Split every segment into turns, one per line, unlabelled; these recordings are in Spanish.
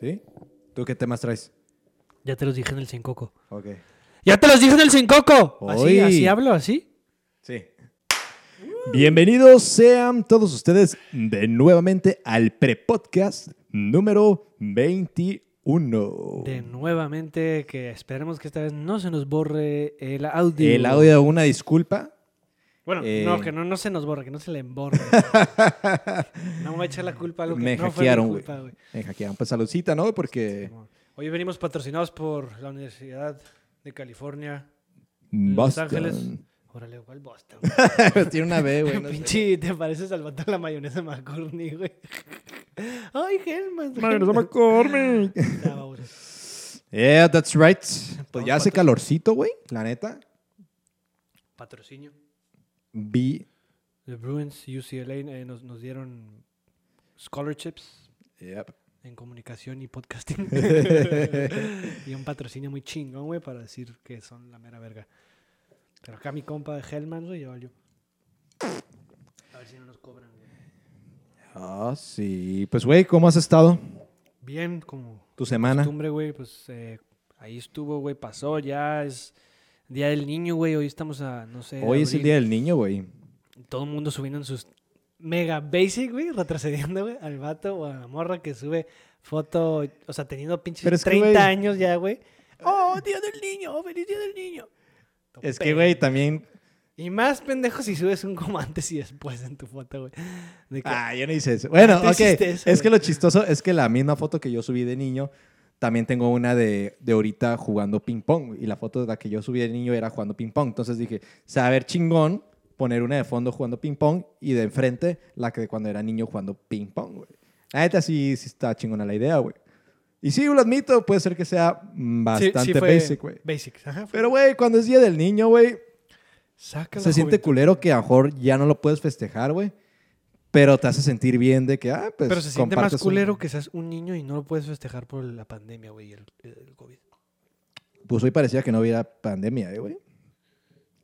¿Sí? ¿Tú qué temas traes?
Ya te los dije en el Sincoco.
Ok.
¡Ya te los dije en el Sincoco! Así,
Oy.
así hablo, así.
Sí. Bienvenidos sean todos ustedes de nuevamente al prepodcast número 21.
De nuevamente, que esperemos que esta vez no se nos borre el audio.
El audio, una disculpa.
Bueno,
eh,
no, que no, no se nos borre, que no se le emborre. no me va a echar la culpa a algo que
Me
no fue mi
hackearon, güey.
culpa, güey.
Me hackearon. Pues saludcita, ¿no? Porque
Hoy venimos patrocinados por la Universidad de California. Los
Boston.
Ángeles. Órale, ¿cuál Boston?
Tiene una B, güey. no sé.
Pinche, te pareces al vato de la mayonesa McCourney, güey. Ay, Helman. Estaba bueno.
Yeah, that's right. Pues
Estamos
ya hace
patrocin-
calorcito, güey. La neta.
Patrocinio.
Vi.
The Bruins, UCLA eh, nos, nos dieron scholarships
Yep.
en comunicación y podcasting. y un patrocinio muy chingón, güey, para decir que son la mera verga. Pero acá mi compa de Hellman, güey, ya valió. A ver si no nos cobran, güey.
Ah, sí. Pues, güey, ¿cómo has estado?
Bien, como
Tu semana.
costumbre, güey, pues eh, ahí estuvo, güey, pasó, ya es Día del Niño, güey, hoy estamos a, no sé.
Hoy es el
abril.
día del niño, güey.
Todo el mundo subiendo en sus mega basic, güey, retrocediendo, güey, al vato o a la morra que sube foto, o sea, teniendo pinches
Pero es que,
30
güey-
años ya, güey. ¡Oh, Día del Niño! ¡Oh, feliz Día del Niño!
Es que, güey, también.
Y más pendejo si subes un como antes y después en tu foto, güey. De que,
Ah, yo no hice eso. Bueno,
Tú
ok.
hiciste eso,
es que lo
güey.
chistoso es que la misma foto que yo subí de niño, también tengo una de, de ahorita jugando ping-pong. güey. Y la foto de la que yo subí de niño era jugando ping-pong. Entonces dije, saber chingón, poner una de fondo jugando ping-pong y de enfrente la que de cuando era niño jugando ping-pong, güey. La neta sí, sí está chingona la idea, güey. Y sí, lo admito, puede ser que sea mm,
sí, sí
bastante
fue
basic, güey.
Basic, ajá. fue-
Pero, güey, cuando es día del niño, güey,
Saca la
se siente
juventud.
culero que a lo mejor ya no lo puedes festejar, güey. Pero te hace sentir bien de que, ah, pues.
Pero se siente más
compartes un-
culero que seas un niño y no lo puedes festejar por la pandemia, güey, y el, el COVID.
Pues hoy parecía que no hubiera pandemia, eh, güey.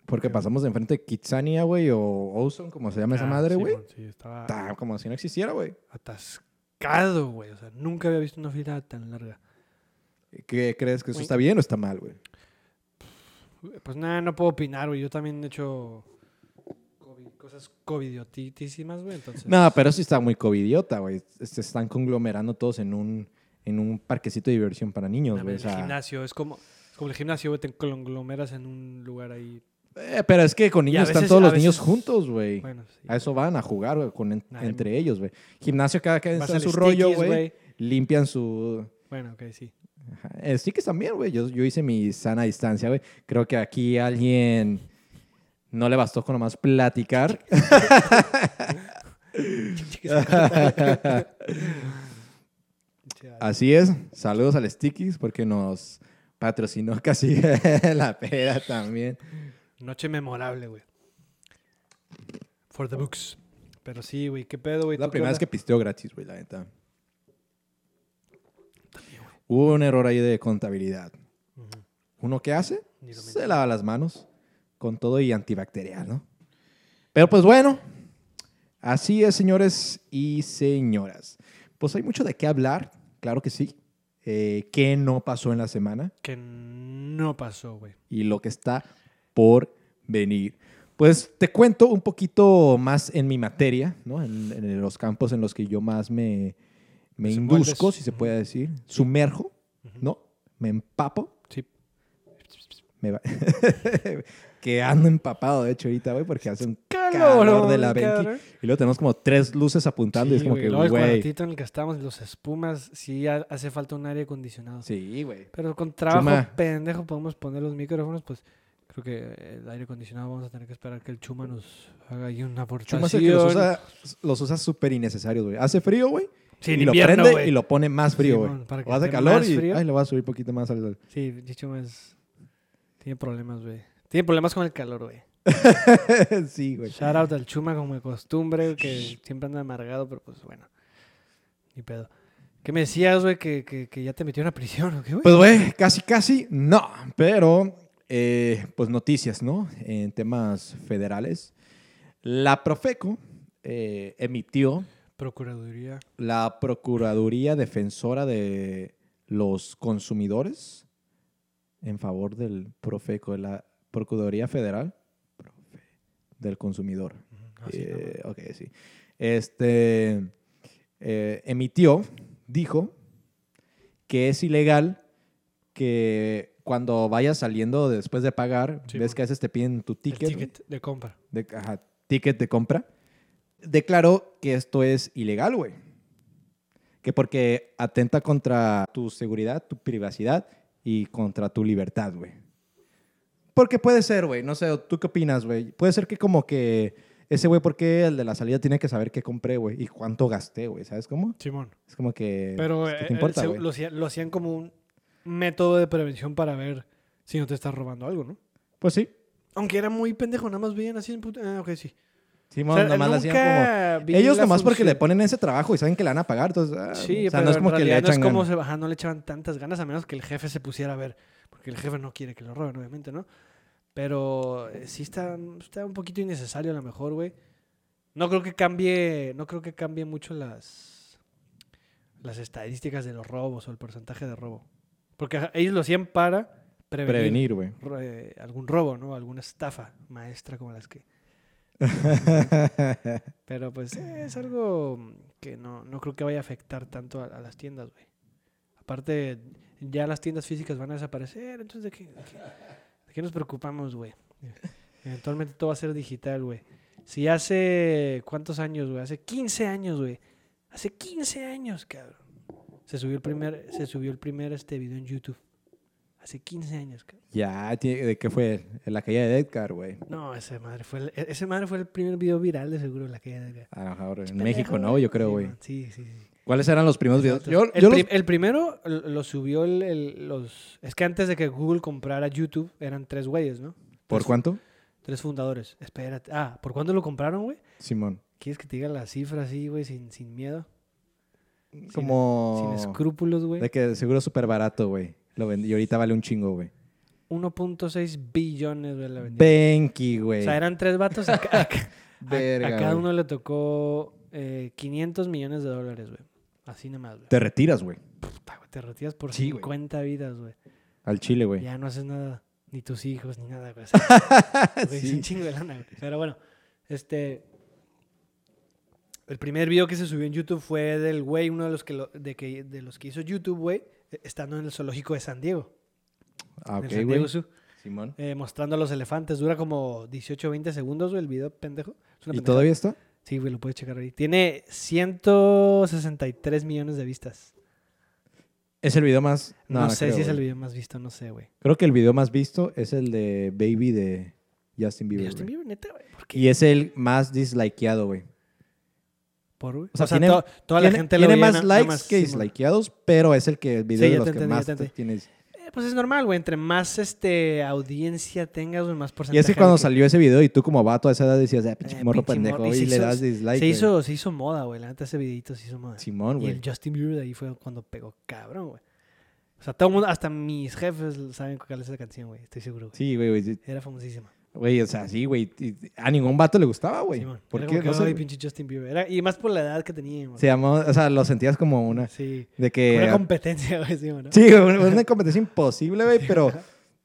Porque
Ok.
pasamos de enfrente de Kitsania, güey, o Ozone, como se llama esa
Ah,
madre,
sí,
güey.
mon, sí, estaba
Ta- como si no existiera, güey.
atascado, güey. O sea, nunca había visto una fila tan larga.
¿Qué crees que eso
Güey.
está bien o está mal, güey?
Pues nada, no puedo opinar, güey. Yo también he hecho COVID, cosas covidiotísimas, güey. Entonces,
No, pero sí está muy covidiota, güey. Se están conglomerando todos en un, en un parquecito de diversión para niños,
nada,
güey.
el
o sea,
gimnasio es como, es como el gimnasio, güey. Te conglomeras en un lugar ahí.
eh, pero es que con
Y a
niños están
veces-
todos
a
los niños
veces-
juntos, güey.
Bueno, sí.
A eso van a jugar, güey, con en-
Nah,
entre ellos, güey. Gimnasio cada quien
Vas
está en su
al
rollo,
Stickies,
güey. Limpian su...
Bueno, ok, sí.
Ajá. Eh, Stickers también, güey. Yo, yo hice mi sana distancia, güey. Creo que aquí alguien no le bastó con nomás platicar. Así es. Saludos al Stickies porque nos patrocinó casi la pera también.
Noche memorable, güey. For the books. Pero sí, güey, qué pedo, güey.
Es la
¿Tú qué
primera vez
onda?
que pisteó gratis, güey, la neta. Hubo un error ahí de contabilidad.
Ujú.
¿Uno qué hace?
Ni lo
Se
mencioné.
lava las manos con todo y antibacterial, ¿no? Pero pues bueno, así es, señores y señoras. Pues hay mucho de qué hablar, claro que sí. Eh, ¿Qué no pasó en la semana?
Que no pasó, güey.
Y lo que está por venir. Pues te cuento un poquito más en mi materia, ¿no? En, en los campos en los que yo más me, me
Te
induzco,
sumerges.
si se puede decir. Sumerjo,
Ujú.
¿no? Me empapo.
Sí.
Me va- que ando empapado, de hecho, ahorita, güey, porque hace un calor,
Calor,
de la
cabrón.
20. Y luego tenemos como tres luces apuntando y es
Sí,
como
güey,
que,
luego el
güey.
cuartito en el que estamos, los espumas, sí ha- hace falta un aire acondicionado.
Sí, güey.
Pero con trabajo
Chuma.
pendejo podemos poner los micrófonos, pues creo que el aire acondicionado vamos a tener que esperar que el Chuma nos haga ahí una aportación.
Chuma es el que los usa, los usa súper innecesarios, güey. Hace frío, güey.
Sí,
y
en
lo
invierno,
prende
güey.
y lo pone más frío, güey.
Simón, para que
o hace
esté
calor
más
y
frío.
ay, lo va a subir poquito más al.
Sí, el Chuma es... Tiene problemas, güey. Tiene problemas con el calor, güey.
sí, güey.
Shout out al Chuma como de costumbre, que siempre anda amargado, pero pues bueno. Ni pedo. ¿Qué me decías, güey? Que, que, que ya te metió en la prisión, ¿o qué, güey?
Pues, güey, casi, casi, no. Pero, eh, pues noticias, ¿no? En temas federales. La Profeco eh, emitió
Procuraduría.
La Procuraduría Defensora de los Consumidores en favor del Profeco, de la Procuraduría Federal Profe- del Consumidor.
Ujú, Ah, así nomás.
Eh, ok, sí. Este eh, emitió, dijo que es ilegal que cuando vayas saliendo después de pagar,
Sí,
ves
mon.
que a veces te piden tu
El
ticket,
ticket de compra.
De, ajá, ticket de compra, declaró que esto es ilegal, güey. Que porque atenta contra tu seguridad, tu privacidad y contra tu libertad, güey. Porque puede ser, güey. No sé, ¿tú qué opinas, güey? Puede ser que como que ese güey, porque el de la salida tiene que saber qué compré, güey, y cuánto gasté, güey. ¿Sabes cómo?
Simón.
Es como que...
Pero
pues, ¿qué
eh,
te
eh,
importa,
se-
güey?
lo, hacía- lo hacían como un método de prevención para ver si no te estás robando algo, ¿no?
Pues sí.
Aunque era muy pendejo, nada más bien así en puta- Ah, ok, sí.
Sí,
O sea,
nomás le hacían como...
nunca vi
Ellos
la
nomás porque le
función.
ponen ese trabajo y saben que le van a pagar, entonces... ah,
Sí,
o sea,
pero
no es como
en
que le
realidad
echan
no es como
ganas.
se ajá, no le echaban tantas ganas, a menos que el jefe se pusiera a ver. Porque el jefe no quiere que lo roben, obviamente, ¿no? Pero eh, sí está, está un poquito innecesario a lo mejor, güey. No creo que cambie, no creo que cambie mucho las, las estadísticas de los robos o el porcentaje de robo. Porque ajá, ellos lo hacían para prevenir,
Prevenir, güey.
ro- eh, algún robo, ¿no? Alguna estafa maestra como las que. Pero pues eh, es algo que no, no creo que vaya a afectar tanto a, a las tiendas, güey. Aparte, ya las tiendas físicas van a desaparecer, entonces ¿de qué, de qué- de qué nos preocupamos, güey? Eventualmente todo va a ser digital, güey. Si hace, ¿cuántos años, güey? Hace 15 años, güey. Hace 15 años, cabrón. Se subió el primer, se subió el primer este video en YouTube. Hace 15 años, cabrón.
Ya, tiene- ¿de qué fue? En la caída de Edgar, güey.
No, ese madre fue el, e- ese madre fue el primer video viral de seguro la que
A lo mejor en México, ¿no? Yo creo, güey.
Sí, sí, sí.
¿Cuáles eran los primeros videos? Yo,
el,
yo
pri-
los-
el primero l- lo subió el, el- los... Es que antes de que Google comprara YouTube eran tres güeyes, ¿no?
¿Por
Tres-
cuánto?
Tres fundadores. Espérate. Ah, ¿por cuándo lo compraron, güey?
Simón.
¿Quieres que te diga la cifra así, güey, sin, sin miedo? Sin
Como...
escrúpulos, güey.
de que seguro súper barato, güey. Lo vendí y ahorita vale un chingo, güey.
1.6 billones, güey, la vendieron.
Benki, güey.
O sea, eran tres vatos. A, ca- a ca- a-
Verga,
a cada
güey.
uno le tocó eh, 500 millones de dólares, güey. Así nomás, güey.
Te retiras, güey.
Puta, güey, Te retiras por
Sí, güey.
50 vidas, güey.
Al Chile, güey.
Ya no haces nada, ni tus hijos, ni nada, güey. O sea, güey, es
Sí.
un chingo de lana, güey. Pero bueno, este. El primer video que se subió en YouTube fue del güey, uno de los que, lo- de que, de los que hizo YouTube, güey, eh, estando en el zoológico de San Diego.
Ah,
en el
ok,
San Diego
güey.
Zoo,
Simón.
eh, mostrando a los elefantes. Dura como 18 o 20 segundos, güey, el video pendejo. Es una
¿Y
pendejada.
todavía está?
Sí, güey, lo puedes checar ahí. Tiene 163 millones de vistas.
¿Es el video más...?
No, sé
creo,
si es el
güey.
video más visto, no sé, güey.
Creo que el video más visto es el de Baby de Justin Bieber,
Justin
güey.
Bieber, neta, güey. ¿Por qué?
Y es el más dislikeado, güey.
Por, güey.
O sea, tiene-
to- toda la
Tiene-
gente lo
tiene
veía
más
na- nada
likes
más,
que
Simón.
dislikeados, pero es el que el video de
Sí, ya
los
te
que
entendí, ya
más
te entendí.
tienes.
Eh, pues es normal, güey. Entre más este, audiencia tengas, güey, más porcentaje.
Y es que
hay
cuando
que-
salió ese video y tú como vato a esa edad decías, ah,
Eh,
pinche morro
pinche
pendejo,
morro. Y
y
se
le
hizo-
das dislike.
se
güey.
hizo, se hizo moda, güey. La neta, ese videito se hizo moda.
Simón,
y
güey.
el Justin Bieber de ahí fue cuando pegó cabrón, güey. O sea, todo el mundo, hasta mis jefes saben cuál es esa canción, güey. Estoy seguro, güey.
Sí, güey, güey, sí,
Era famosísima.
güey, o sea, sí, güey. y- A ningún vato le gustaba, güey.
Simón.
¿Por
Era
qué?
como
No
que,
sé,
"Ay,
güey.
pinche Justin Bieber. Era- y más por la edad que tenía, güey.
Se llamó, o sea, lo sentías como una...
Sí.
De que...
Una competencia, güey. Sí, güey, ¿no?
Sí, güey, una una competencia imposible, güey, pero...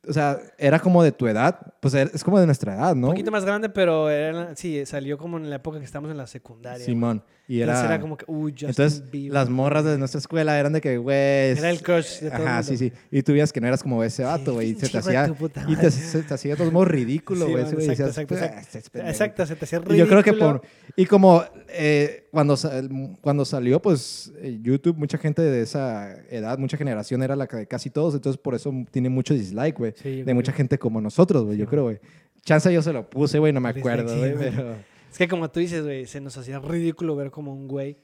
O sea, era como de tu edad. Pues era- es como de nuestra edad, ¿no?
Un poquito más grande, pero era, en la- sí, salió como en la época que estamos en la secundaria. güey.
Simón. Y
Entonces
era...
era como que, uy, Justin
Entonces,
Bieber.
las morras de nuestra escuela eran de que, güey... es-
Era el crush de todo el
Ajá,
mundo.
sí, sí. Y tú veías que no eras como ese vato, güey. y se te
Hijo de
hacía...
tu puta
Y
madre.
te, se te hacía todo muy ridículo,
Sí,
güey.
bueno,
ese güey,
exacto,
decías,
exacto,
"Ah, este es pendejo".
Exacto, se te hacía
Y
ridículo.
yo creo que por... Y como eh, cuando, sal- cuando salió, pues, eh, YouTube, mucha gente de esa edad, mucha generación era la de casi todos. Entonces, por eso tiene mucho dislike, güey.
Sí, yo
De
creo
mucha
que-
gente como nosotros, güey.
Sí,
yo
güey.
creo, güey. Chance yo se lo puse, güey. No me
El
acuerdo,
dislike,
güey.
sí,
Pero...
Es que como tú dices, güey, se nos hacía ridículo ver como un güey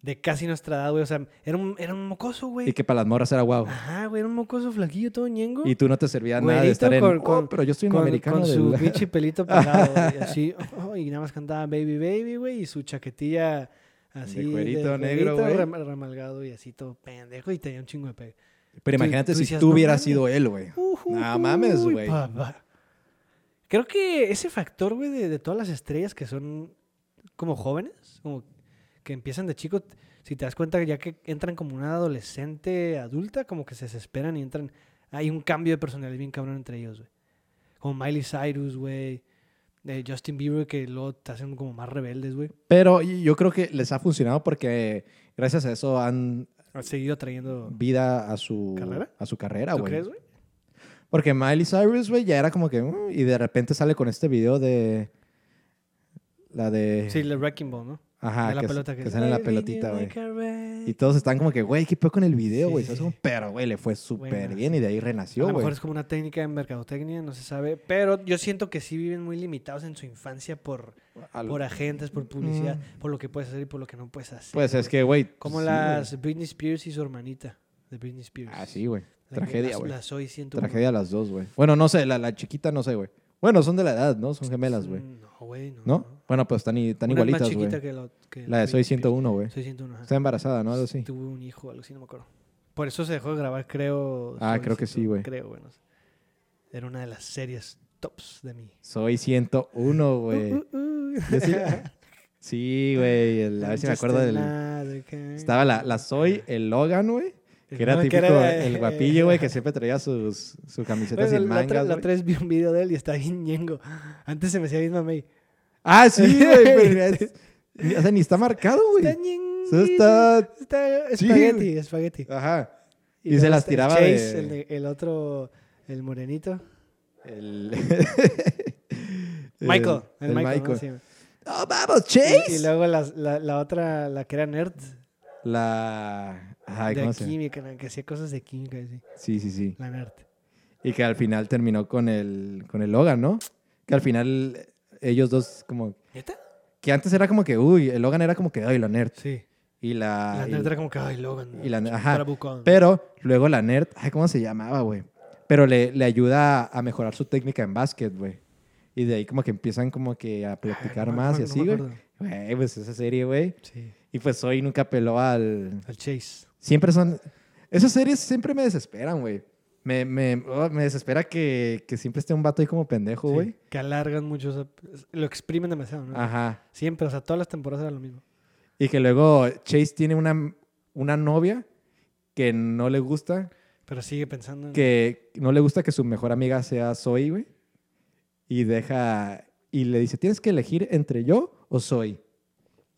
de casi nuestra edad, güey. O sea, era un, era un mocoso,
Y
güey.
que para las morras era guau.
Ajá, güey, era un mocoso flaquillo, todo ñengo.
Y tú no te servía nada de
Güerito
estar en...
con-
"Oh,
con-
pero yo estoy en
con,
americano
con
de...
su pinche pelito pegado, güey, así. oh, y nada más cantaba Baby Baby, güey, y su chaquetilla así.
cuerito negro, güey.
ram- Ramalgado y así todo pendejo y tenía un chingo de pegue.
Pero
Tú-
imagínate
tú
si
decías,
tú
"No
hubieras
mames".
sido él, güey. No
Ujujuy,
mames, güey.
papá. Creo que ese factor, güey, de, de todas las estrellas que son como jóvenes, como que empiezan de chico, si te das cuenta, ya que entran como una adolescente adulta, como que se desesperan y entran. Hay un cambio de personalidad bien cabrón entre ellos, güey. Como Miley Cyrus, güey. eh, Justin Bieber, que luego te hacen como más rebeldes, güey.
Pero y- yo creo que les ha funcionado porque gracias a eso han
Ha seguido trayendo.
vida a su
¿Carrera?
a su carrera,
¿Tú
Ah, güey.
crees, güey?
Porque Miley Cyrus, güey, ya era como que "Mm", y de repente sale con este video de la de
Sí, el Wrecking Ball, ¿no?
ajá,
de la
Ah, que,
pelota que,
que sale en la
Baby, you
pelotita, güey.
make a wreck.
Y todos están como que, güey, ¿qué pedo con el video,
Sí,
güey?
sí,
¿Sabes
sí.
cómo? Pero, güey, le fue súper
Buena,
bien y de ahí
A
renació,
lo mejor
güey.
es como una técnica en mercadotecnia, no se sabe. Pero yo siento que sí viven muy limitados en su infancia por,
Al-
por agentes, por publicidad, por lo que puedes hacer y por lo que no puedes hacer.
Pues
güey.
es que, güey.
Como
sí,
las Britney Spears y su hermanita, de Britney Spears.
güey. Ah, sí, güey.
La que-
Tragedia,
la-
güey.
La Soy 101.
Tragedia las dos, güey. Bueno, no sé, la, la chiquita no sé, güey. Bueno, son de la edad, ¿no? Son gemelas, güey.
Mm, No, güey, no.
¿No? Bueno, pues están, i- están
Una es más
igualitas,
chiquita
güey.
que la, que
La de Soy
Britney Spears.
101, güey.
Soy 101, ajá.
Está embarazada, ¿no? Algo así.
Tuvo un hijo, algo así, no me acuerdo. Por eso se dejó de grabar, creo.
Ah,
Soy
creo que sí,
101,
güey.
Creo, bueno. Era una de las series tops de mí.
Soy 101, güey.
Uh, uh, uh.
Yo sí- Sí, güey. el- A ver si me
Just
acuerdo del...
another kind.
Estaba la, la Soy, el Logan, güey. Que era
No,
típico
era-
el guapillo, güey, que siempre traía sus, su camiseta
Bueno,
sin
la, otra-
mangas,
la
güey.
otra vez vi un video de él y está bien ñengo. Antes se me hacía bien mamey.
Ah, sí, güey, pero es- ni- o sea, ni está marcado,
este Está
güey.
ñengo.
Eso está...
Está
Sí,
espagueti,
güey.
espagueti.
Ajá. Y
luego
se las
está el
tiraba
Chase,
de-
el, el otro, el morenito.
El...
Michael. El,
el
Michael. ¿no?
Michael.
Sí.
¡Oh, vamos,
Y, y
Chase!
luego las- la, la otra, la que era nerd.
La... Ay,
de
¿cómo se
química, la que hacía cosas de química. sí.
Sí, sí, sí.
La nerd.
Y que al final terminó con el, con el Logan, ¿no? Que al final ellos dos como...
¿Neta?
Que antes era como que, uy, el Logan era como que, ay, la nerd.
Sí.
Y la...
la
y-
nerd era como que, ay, Logan.
y la-
pinche
ajá.
bravucón".
Pero luego la nerd, ay, ¿cómo se llamaba, güey? Pero le, le ayuda a mejorar su técnica en básquet, güey. Y de ahí como que empiezan como que a
Ay,
practicar
Ah, no me-
más
no
y
me- no
así,
me
güey.
acuerdo.
Güey, pues esa serie, güey.
Sí.
Y pues hoy nunca apeló al...
Al Chase.
Siempre son... Esas series siempre me desesperan, güey. Me, me, oh, me desespera que, que siempre esté un vato ahí como pendejo,
Sí,
güey.
Que alargan mucho, o sea, lo exprimen demasiado, ¿no?
Ajá.
Siempre, o sea, todas las temporadas era lo mismo.
Y que luego Chase tiene una, una novia que no le gusta,
Pero sigue pensando en...
que no le gusta que su mejor amiga sea Zoe, güey. Y deja, y le dice, tienes que elegir entre yo o Zoe.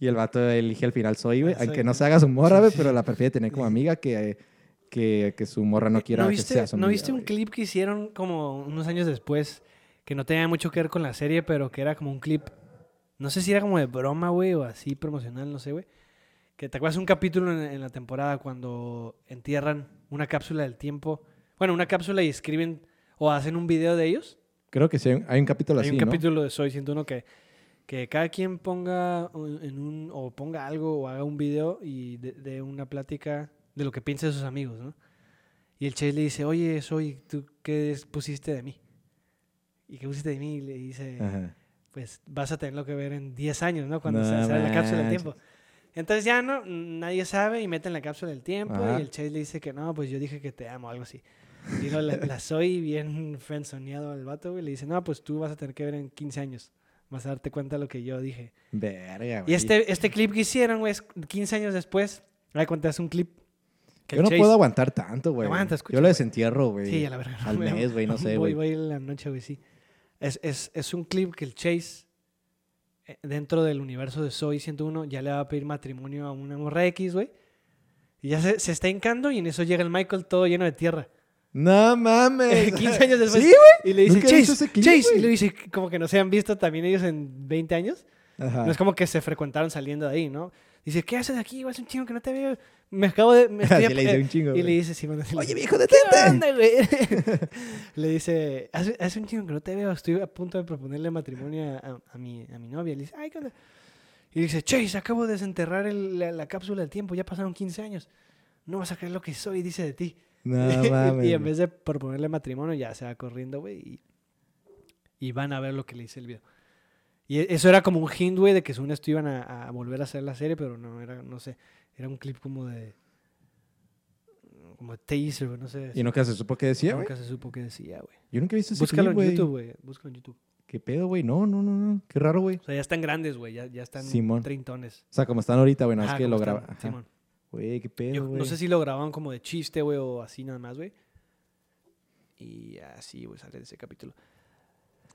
Y el vato elige al final Zoe, güey.
Ah, Zoe,
Aunque no
¿no?
se haga su morra,
Sí,
güey,
sí.
pero la prefiere tener como amiga que, que, que su morra no quiera
Eh, ¿No
que
viste,
sea su
¿no
amiga,
viste un
güey.
clip que hicieron como unos años después que no tenía mucho que ver con la serie, pero que era como un clip, no sé si era como de broma, güey, o así promocional, no sé, güey. Que te acuerdas un capítulo en, en la temporada cuando entierran una cápsula del tiempo. Bueno, una cápsula y escriben o hacen un video de ellos.
Creo que sí, hay un- hay un capítulo
Hay
así,
un
¿no?
capítulo de Soy 101 que, que cada quien ponga un- en un, o ponga algo o haga un video y de, de una plática de lo que piensa de sus amigos, ¿no? Y el Chase le dice, oye, Soy, ¿tú qué es- pusiste de mí? ¿Y qué pusiste de mí? Y le dice,
Ajá.
pues vas a tenerlo que ver en 10 años, ¿no? Cuando
No
se sale la cápsula del
manches.
tiempo. Entonces ya no, nadie sabe y meten la cápsula del tiempo
Ajá.
y el Chase le dice que no, pues yo dije que te amo, algo así. Y luego la, la soy bien friendzoneado al vato, güey. Le dice, no, pues tú vas a tener que ver en 15 años. Vas a darte cuenta de lo que yo dije.
Verga, güey.
Y este, este clip que hicieron, güey, es 15 años después. Ahí contaste un clip. que el
Yo no
Chase-
puedo aguantar tanto, güey.
Aguanta,
Yo
escucha,
lo
güey.
desentierro, güey.
Sí, a la verga.
Al
güey.
mes, güey, no sé,
Voy,
güey.
voy en la noche, güey, sí. Es, es, es un clip que el Chase, eh, dentro del universo de Soy 101, ya le va a pedir matrimonio a una morra X, güey. Y ya se, se está hincando y en eso llega el Michael todo lleno de tierra.
No mames.
15 años después.
Sí, güey.
Y le dice,
Nunca he visto
Chase,
ese clip,
Chase.
güey.
Y le dice, como que no se han visto también ellos en 20 años.
Ajá.
No es como que se frecuentaron saliendo de ahí, ¿no? Dice, ¿qué haces aquí? güey? Es un chingo que no te veo. Me acabo de... me estoy eh,
Así le dice un chingo,
Y le
güey.
dice, sí, bueno, sí, le
Oye,
dice,
viejo,
¿Qué
detente.
onda, güey? le dice, hace, hace un chingo que no te veo, estoy a punto de proponerle matrimonio a, a mi, a mi novia. Le dice, ay, ¿qué onda? Y dice, Chase, acabo de desenterrar el- la, la cápsula del tiempo, ya pasaron 15 años. No vas a creer lo que soy, dice de ti.
No
Y-
mames.
y en vez de proponerle matrimonio, ya se va corriendo, güey. Y, y van a ver lo que le dice el video. Y e- eso era como un hint, güey, de que según esto iban a, a volver a hacer la serie, pero no, era, no sé. Era un clip como de. Como de teaser, güey, no sé.
Y nunca se supo qué decía, güey.
Nunca se supo qué decía, güey.
Yo nunca he visto ese clip,
Búscalo en
güey.
YouTube, güey. Búscalo en YouTube.
Qué ¿Qué pedo, güey? No, no, no, no. Qué raro, güey.
O sea, ya están grandes, güey. Ya, ya están
Simón.
treintones.
O sea, como están ahorita, güey, no es
Ajá,
que lo
como están,
graban.
Ah, Simón.
Güey, qué
Yo
pedo, güey.
no sé si lo grababan como de chiste, güey, o así nada más, güey. Y así, güey, sale ese capítulo.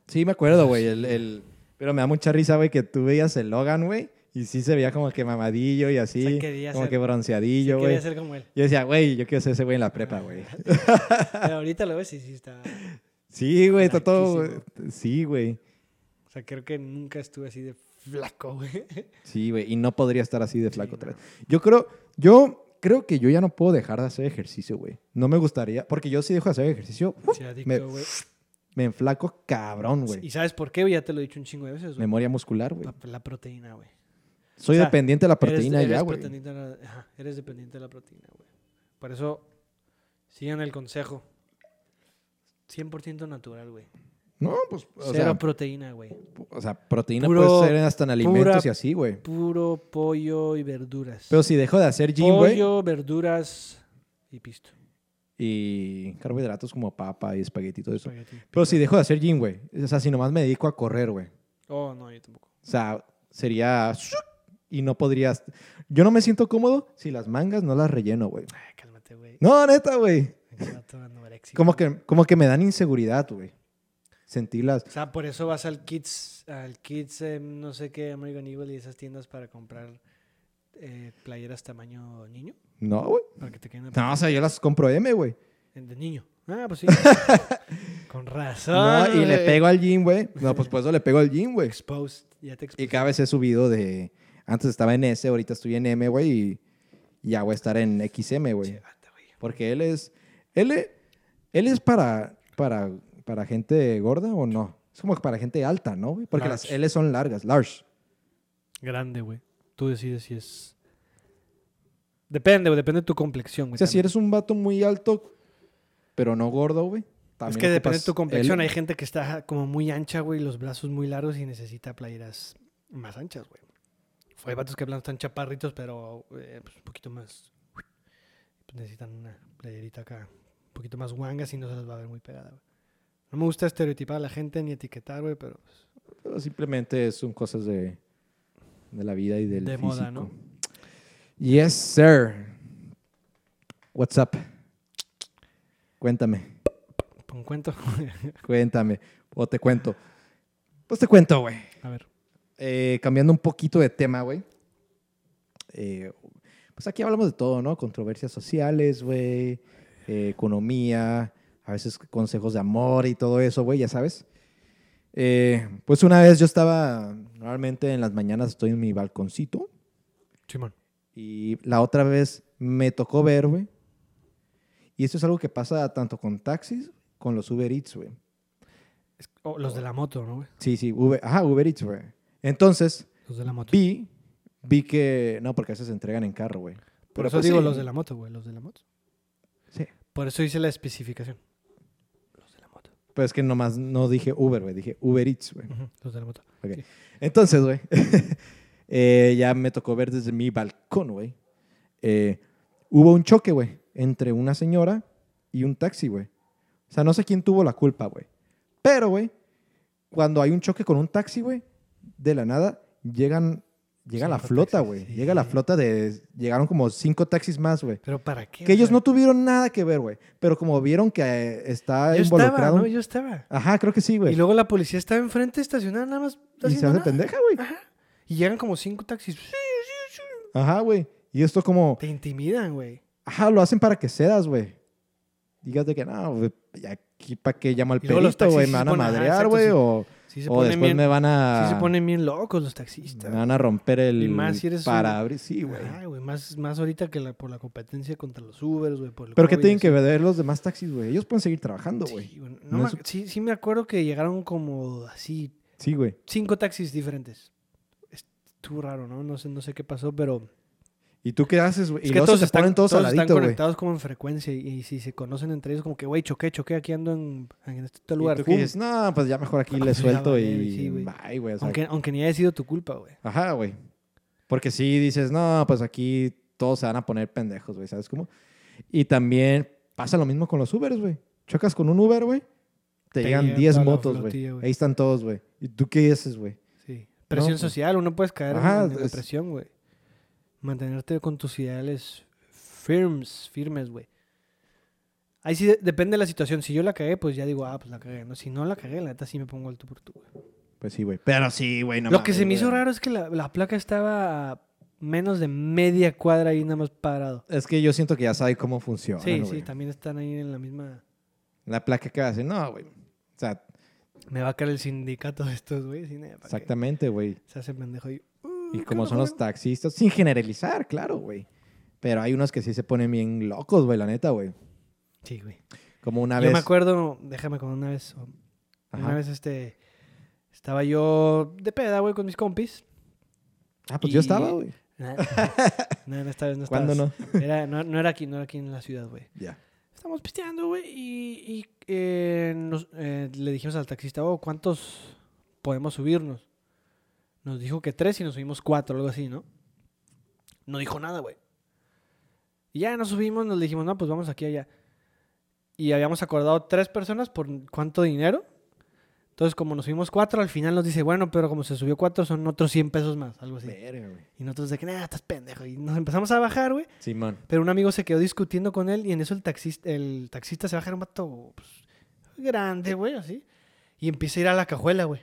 Sí, me acuerdo, güey. El, el- Pero me da mucha risa, güey, que tú veías el Logan, güey. Y sí se veía como que mamadillo y así.
O sea, quería
como
ser-
que
Yo
bronceadillo, güey.
quería ser como él.
Yo decía, güey, yo quiero ser ese güey en la prepa, güey.
Pero ahorita lo ves y sí está.
Sí, güey, está todo.
Flaquísimo.
güey. Sí, güey.
O sea, creo que nunca estuve así de flaco, güey.
Sí, güey. Y no podría estar así de flaco
no.
otra vez. Yo creo, yo creo que yo ya no puedo dejar de hacer ejercicio, güey. No me gustaría. Porque yo sí dejo de hacer ejercicio. ¡uh!
Sí,
me,
adicto, güey.
me enflaco cabrón,
¿Y
güey.
sabes por qué? güey? Ya te lo he dicho un chingo de veces, güey.
Memoria muscular, güey.
La, la proteína, güey.
Soy
Ah, o sea,
dependiente de la proteína
eres,
ya,
eres
güey.
proteína de la- ajá, eres dependiente de la proteína, güey. Por eso, sigan el consejo. 100% natural, güey.
No, pues, o
Cero
sea,
proteína, güey.
o sea, proteína
Puro-
puede ser hasta en alimentos
pura-
y así, güey.
Puro pollo y verduras.
Pero si dejo de hacer gym, güey,
pollo, verduras y pisto.
y carbohidratos como papa y espagueti y todo eso.
espagueti.
Pero si dejo de hacer gym, güey, o sea, si nomás me dedico a correr, güey.
Oh, no, yo tampoco.
O sea, sería... Y no podrías... Yo no me siento cómodo si las mangas no las relleno, güey.
Ay, cálmate, güey.
No, neta, güey.
Pinche vato anoréxico,
Como
güey.
que, como que me dan inseguridad, güey. Sentirlas...
O sea, por eso vas al Kids, al Kids, eh, no sé qué, American Eagle y esas tiendas para comprar eh, playeras tamaño niño.
No, güey.
Para que te queden
No, o sea, yo las compro M, güey.
de de niño. Ah, pues sí. Con razón.
No, eh. y le
güey.
pego al gym, güey. No, pues por eso le pego al gym, güey.
Exposed. Ya
Y
te expuse.
cada vez he subido de. Antes estaba en S, ahorita estoy en M, güey. Y ya voy a estar en XM,
Che,
güey.
vato, güey.
Porque él es. Él, e- él es para, para, para gente gorda o no. Es como para gente alta, ¿no? güey? Porque las
Large.
L son largas, large.
Grande, güey. Tú decides si es. Depende, güey. Depende de tu complexión,
O
güey.
sea, si
también.
eres un vato muy alto, pero no gordo, güey.
Es
también
que depende de
ocupas
tu complexión.
L.
Hay gente que está como muy ancha, güey, los brazos muy largos y necesita playeras más anchas, güey. Hay vatos que hablan están chaparritos, pero eh, pues, un poquito más. pues, necesitan una playerita acá, un poquito más guanga, si no se las va a ver muy pegada, güey. No me gusta estereotipar a la gente ni etiquetar, güey, pero pues,
Pero simplemente son cosas de, de la vida y del
De
físico.
moda, ¿no?
Yes, sir. What's up? Cuéntame,
pon un cuento.
cuéntame. O te cuento. Pues te cuento, güey.
a ver.
Eh, cambiando un poquito de tema, güey. Eh, pues aquí hablamos de todo, ¿no? Controversias sociales, güey. eh, economía. A veces consejos de amor y todo eso, güey, ya sabes. Eh, pues una vez yo estaba, normalmente en las mañanas estoy en mi balconcito.
Simón.
Y la otra vez me tocó ver, güey. Y esto es algo que pasa tanto con taxis, con los Uber Eats, güey.
Es- o los de la moto, ¿no, güey?
Sí, sí, Uber, ajá, Uber Eats, güey. Entonces,
Los de la moto.
vi, vi que, no, porque a veces se entregan en carro, güey.
Por
Pero
eso
pues
digo
sí.
los de la moto, güey, los de la moto.
Sí.
Por eso hice la especificación. Los de la moto.
Pero es que nomás no dije Uber, güey, dije Uber Eats, güey.
Ujú, Los de la moto.
Entonces, güey, eh, ya me tocó ver desde mi balcón, güey. Eh, hubo un choque, güey, entre una señora y un taxi, güey. O sea, no sé quién tuvo la culpa, güey. Pero, güey, cuando hay un choque con un taxi, güey, de la nada llegan, llega
Cinco
la flota,
taxis,
güey.
sí.
Llega la flota de, llegaron como cinco taxis más, güey.
¿Pero para qué?
Que
O
ellos
sea,
no tuvieron nada que ver, güey. Pero como vieron que eh, está
Yo
involucrado.
estaba, ¿no?
un-
Yo estaba.
Ajá, creo que sí, güey.
Y luego la policía estaba enfrente estacionada nada más.
Y se
haciendo
hace
nada.
pendeja, güey.
Y llegan como cinco taxis. Sí, sí, sí.
Ajá, güey. Y esto como,
Te intimidan, güey.
Ajá, lo hacen para que cedas, güey. Digas de que, no, güey, aquí para qué llamo al
Y luego los
perito, güey, me
taxis
van
se
a
ponen, ajá,
madrear,
exacto,
güey,
sí.
o,
Sí se,
o
ponen
después
bien,
me van a...
sí se ponen bien locos los
Me
taxistas.
van a romper el...
Y más si eres un-
parabris- sí, güey.
Ajá, güey. Más, más ahorita que la, por la competencia contra los Ubers, güey. por el
Pero ¿qué
COVID,
tienen
así.
que ver los demás taxis, güey? Ellos pueden seguir trabajando, güey.
Sí, bueno, no
No
me
es-
ac- sí, sí me acuerdo que llegaron como así
Sí, güey.
cinco taxis diferentes. Estuvo raro, ¿no? No sé, no sé qué pasó, pero...
¿Y tú qué haces, güey?
Es
y
que
luego
todos
se
están,
ponen todos,
todos
al
están
ladito, güey.
conectados como en frecuencia y, y si se conocen entre ellos como que, güey, choqué, choqué, aquí ando en, en este otro
Y
lugar.
tú que
pum.
dices, no, pues ya mejor aquí
Ah,
le
pues ya
suelto
valió,
y...
sí, güey.
Bye, güey. o sea,
aunque, aunque ni haya sido tu culpa, güey.
Ajá, güey. Porque si dices, no, pues aquí todos se van a poner pendejos, güey, ¿sabes cómo? Y también pasa lo mismo con los Ubers, güey. Chocas con un Uber, güey. Te,
Te
llegan
llega
10
toda la
motos, güey.
flotilla, güey.
Ahí están todos, güey. ¿Y tú qué haces, güey?
Sí. Presión
pues.
social, uno puedes caer en-
Ajá,
en, la
es-
presión, güey. Mantenerte con tus ideales firmes, firmes, güey. Ahí sí de- depende de la situación. Si yo la cagué, pues ya digo, ah, pues la cagué. ¿no? Si no la cagué, la neta sí me pongo al tú por tú, güey.
Pues sí, güey. Pero sí, güey, no
Lo que
mames,
se me hizo
güey.
raro es que la, la placa estaba a menos de media cuadra ahí nada más parado.
Es que yo siento que ya sabe cómo funciona,
sí, sí,
güey.
también están ahí en la misma...
La placa que hace, no, güey. O sea,
Me va a caer el sindicato de estos, güey. sí, nada, ¿para qué?
exactamente, güey.
Se hace pendejo y... "Uh,
Y
¿qué
como
onda,
son los
joven?".
taxistas, sin generalizar, claro, güey. Pero hay unos que sí se ponen bien locos, güey, la neta, güey.
Sí, güey.
Como una
Yo
vez.
me acuerdo, déjame con una vez, o-
Ajá.
una vez este, estaba yo de peda, güey, con mis compis.
Ah, pues yo
y-
estaba, güey.
Nah, no, no, esta vez no estabas.
¿Cuándo no?
Era, no? no era aquí, no era aquí en la ciudad, güey.
Ya.
Estamos pisteando, güey, y, y, eh, nos- eh, le dijimos al taxista, oh, ¿cuántos podemos subirnos? Nos dijo que tres y nos subimos cuatro, algo así, ¿no? No dijo nada, güey. Y ya nos subimos, nos dijimos, no, pues vamos aquí allá. Y habíamos acordado tres personas por cuánto dinero. Entonces, como nos subimos cuatro, al final nos dice, bueno, pero como se subió cuatro, son otros 100 pesos más, algo así.
Verga, güey.
Y nosotros de que, nada, estás pendejo. Y nos empezamos a bajar, güey.
Simón.
Pero un amigo se quedó discutiendo con él y en eso el taxista, el taxista se baja en un vato pues, grande, güey, así. Y empieza a ir a la cajuela, güey.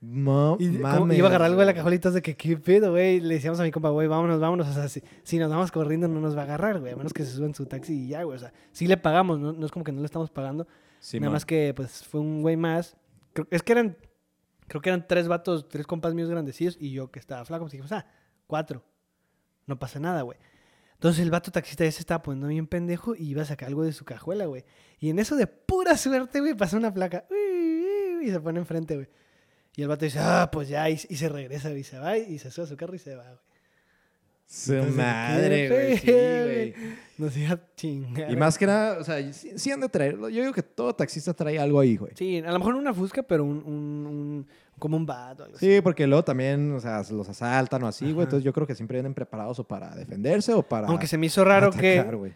Mo-
Y como
mames,
iba a agarrar algo de la
güey.
cajuela y todos de que, ¿qué pedo, güey? Le decíamos a mi compa, güey, vámonos, vámonos. O sea, si, si nos vamos corriendo no nos va a agarrar, güey. A menos que se suba en su taxi y ya, güey. O sea, sí le pagamos, no, no es como que no le estamos pagando.
Simón.
Nada más que, pues, fue un güey más. Creo- es que eran, creo que eran tres vatos, tres compas míos grandecillos y yo que estaba flaco. Pues dijimos, ah, cuatro. No pasa nada, güey. Entonces el vato taxista ya se estaba poniendo bien pendejo y iba a sacar algo de su cajuela, güey. Y en eso de pura suerte, güey, pasa una placa. Y se pone enfrente, güey. Y el vato dice, ah, pues ya. Y, y se regresa, güey, y se va y se sube a su carro y se va, güey.
Su
Entonces,
madre, güey. Sí,
¿qué,
güey.
Nos iba a chingar.
Y más que nada, o sea, sí, sí han de traerlo. Yo digo que todo taxista trae algo ahí, güey.
Sí, a lo mejor no una fusca, pero un, un, un- como un vato, algo así.
Sí, porque luego también, o sea, los asaltan o así,
pues Ajá.
güey. Entonces yo creo que siempre vienen preparados o para defenderse o para.
Aunque se me hizo raro
atacar,
que
güey.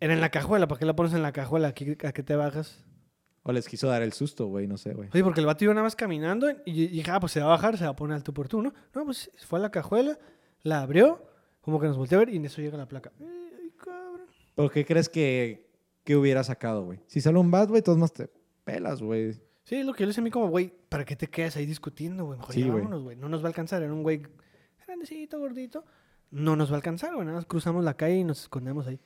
era en la cajuela. ¿Para qué la pones en la cajuela? ¿A qué, a qué te bajas?
O les quiso dar el susto, güey, no sé, güey.
Oye, porque el vato iba nada más caminando y, y dije, ah, pues se va a bajar, se va a poner al tú por tú, ¿no? No, pues fue a la cajuela, la abrió, como que nos volteó a ver y en eso llega la placa. Ay, cabrón.
¿Por qué crees que, que hubiera sacado, güey? Si sale un bat, güey, todos más te pelas, güey.
Sí, es lo que yo le decía a mí como, güey, ¿para qué te quedas ahí discutiendo, güey? Mejor
Sí,
ya
güey.
vámonos, güey. No nos va a alcanzar. Era un güey grandecito, gordito. No nos va a alcanzar, güey. Nada más cruzamos la calle y nos escondemos ahí.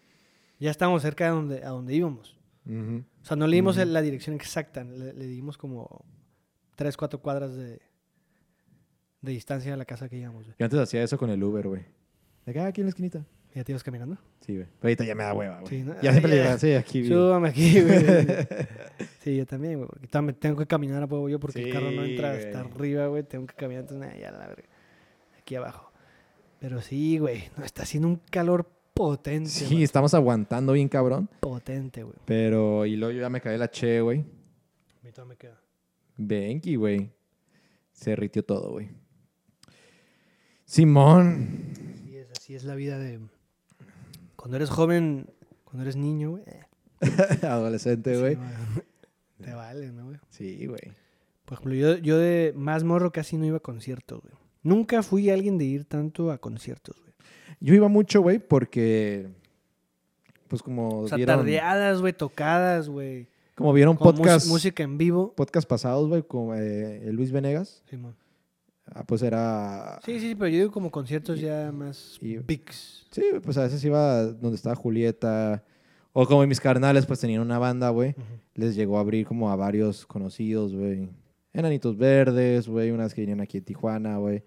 Ya estábamos cerca de donde, a donde íbamos.
Ujú.
O sea, no le dimos
Ujú.
la dirección exacta, le, le dimos como tres, cuatro cuadras de, de distancia a la casa que íbamos. güey.
Yo antes hacía eso con el Uber, güey. De acá, aquí en la esquinita.
¿Y ya te ibas caminando?
Sí, güey. Pero ahorita ya me da hueva, güey.
Sí, ¿no?
Ya siempre le
Ay, ya.
digo, "Ah, sí, aquí vivo.
Súbame aquí, güey. sí, yo también, güey. Porque todavía me tengo que caminar a huevo yo porque el carro no
Sí,
entra
güey.
hasta arriba, güey. Tengo que caminar, entonces, nada, ya la verga. Aquí abajo. Pero sí, güey. No, está haciendo un calor potente,
Sí,
güey.
estamos aguantando bien, cabrón.
Potente, güey.
Pero, y luego yo ya me caí la che, güey.
A mí todavía me queda.
Benki, güey. Se ritió todo, güey. Simón.
Así es, así es la vida de... Cuando eres joven, cuando eres niño, güey. eh,
Adolescente,
sí,
güey.
no, Te vale, ¿no, güey?
Sí, güey.
Por ejemplo, yo, yo de más morro casi no iba a conciertos, güey. Nunca fui alguien de ir tanto a conciertos, güey.
Yo iba mucho, güey, porque. Pues como
O sea,
vieron.
tardeadas, güey, tocadas, güey.
Como vieron
Con mus-
podcast,
música en vivo.
podcast pasados, güey, con eh, el Luis Venegas.
Simón.
ah, pues era.
Sí, sí, sí, pero yo digo como conciertos ya más
y-
pics.
Sí, güey, pues a veces iba donde estaba Julieta. O como mis carnales, pues tenían una banda, güey. Les llegó a abrir como a varios conocidos, güey. Enanitos Verdes, güey. Unas que vinieron aquí en Tijuana, güey.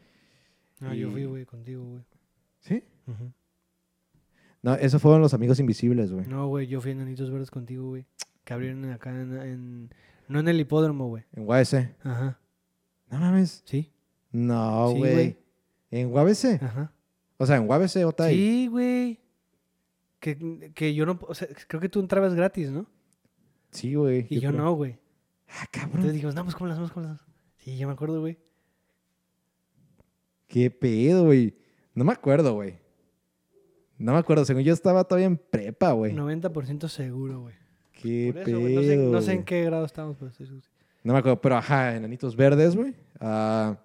No, yo
Y-
fui, güey, contigo, güey.
¿Sí? No, esos fueron los amigos invisibles, güey.
No, güey, yo fui en Anitos Verdes contigo, güey. Que abrieron acá en, en- No en el hipódromo, güey.
En UABC.
Ajá.
No mames.
¿Sí?
No,
Sí,
güey.
güey.
en UABC.
Ajá.
O sea, en UABC Otay.
Sí, güey. Que, que yo no... O sea, creo que tú entrabas gratis, ¿no?
Sí, güey.
Y yo
creo.
no, güey.
Ah, cabrón.
Entonces dijimos, no, pues cómo las vamos, cómo las vamos. Sí, yo me acuerdo, güey.
Qué pedo, güey. No me acuerdo, güey. No me acuerdo. Según yo estaba todavía en prepa, güey.
90% seguro, güey.
Qué
Por eso,
pedo.
güey, no, sé, no sé en
güey.
qué grado estamos, pero sí, sí, sí.
No me acuerdo, pero ajá, enanitos verdes, güey. Ah,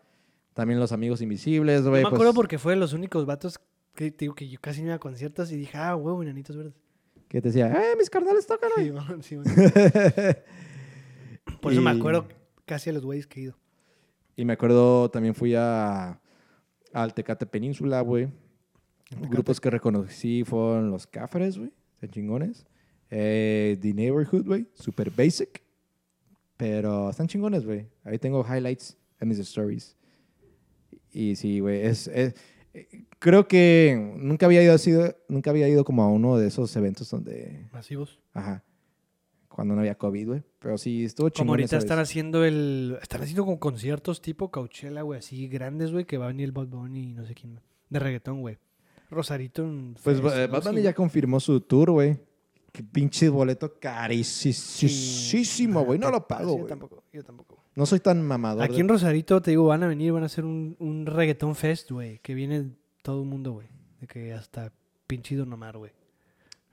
también los amigos invisibles,
No
güey.
me
pues,
acuerdo porque fue de los únicos vatos que te digo que yo casi no iba a conciertos y dije, ah, huevo, enanitos verdes.
Que te decía, ¡eh, mis carnales tocan, güey!
Sí, bueno, sí, bueno. Por eso me
Y-
acuerdo casi a los güeyes que he ido.
Y me acuerdo, también fui a al Tecate Península, güey. Grupos que reconocí fueron los Cáfares, güey. Están chingones. Eh, The Neighborhood, güey. Super basic. Pero están chingones, güey. Ahí tengo highlights en mis stories. Y sí, güey. Es, es- eh, creo que nunca había ido así, nunca había ido como a uno de esos eventos donde.
Masivos.
Ajá. Cuando no había COVID, güey. Pero sí, estuvo chingón.
Como ahorita
esa vez.
están haciendo el. Están haciendo como conciertos tipo Coachella, güey, así grandes, güey, que va a venir el Bad Bunny y no sé quién más. De reggaetón, güey. Rosarito. en
Pues
Fresno,
eh, Bad
sí,
Bunny
güey.
ya confirmó su tour, güey. Qué pinche boleto carísimo, güey. No lo pago,
Ah, Yo
güey.
tampoco, yo tampoco.
No soy tan mamador.
Aquí
de-
en Rosarito, te digo, van a venir, van a hacer un, un reggaetón fest, güey, que viene todo el mundo, güey. De que hasta pinchido nomar, güey.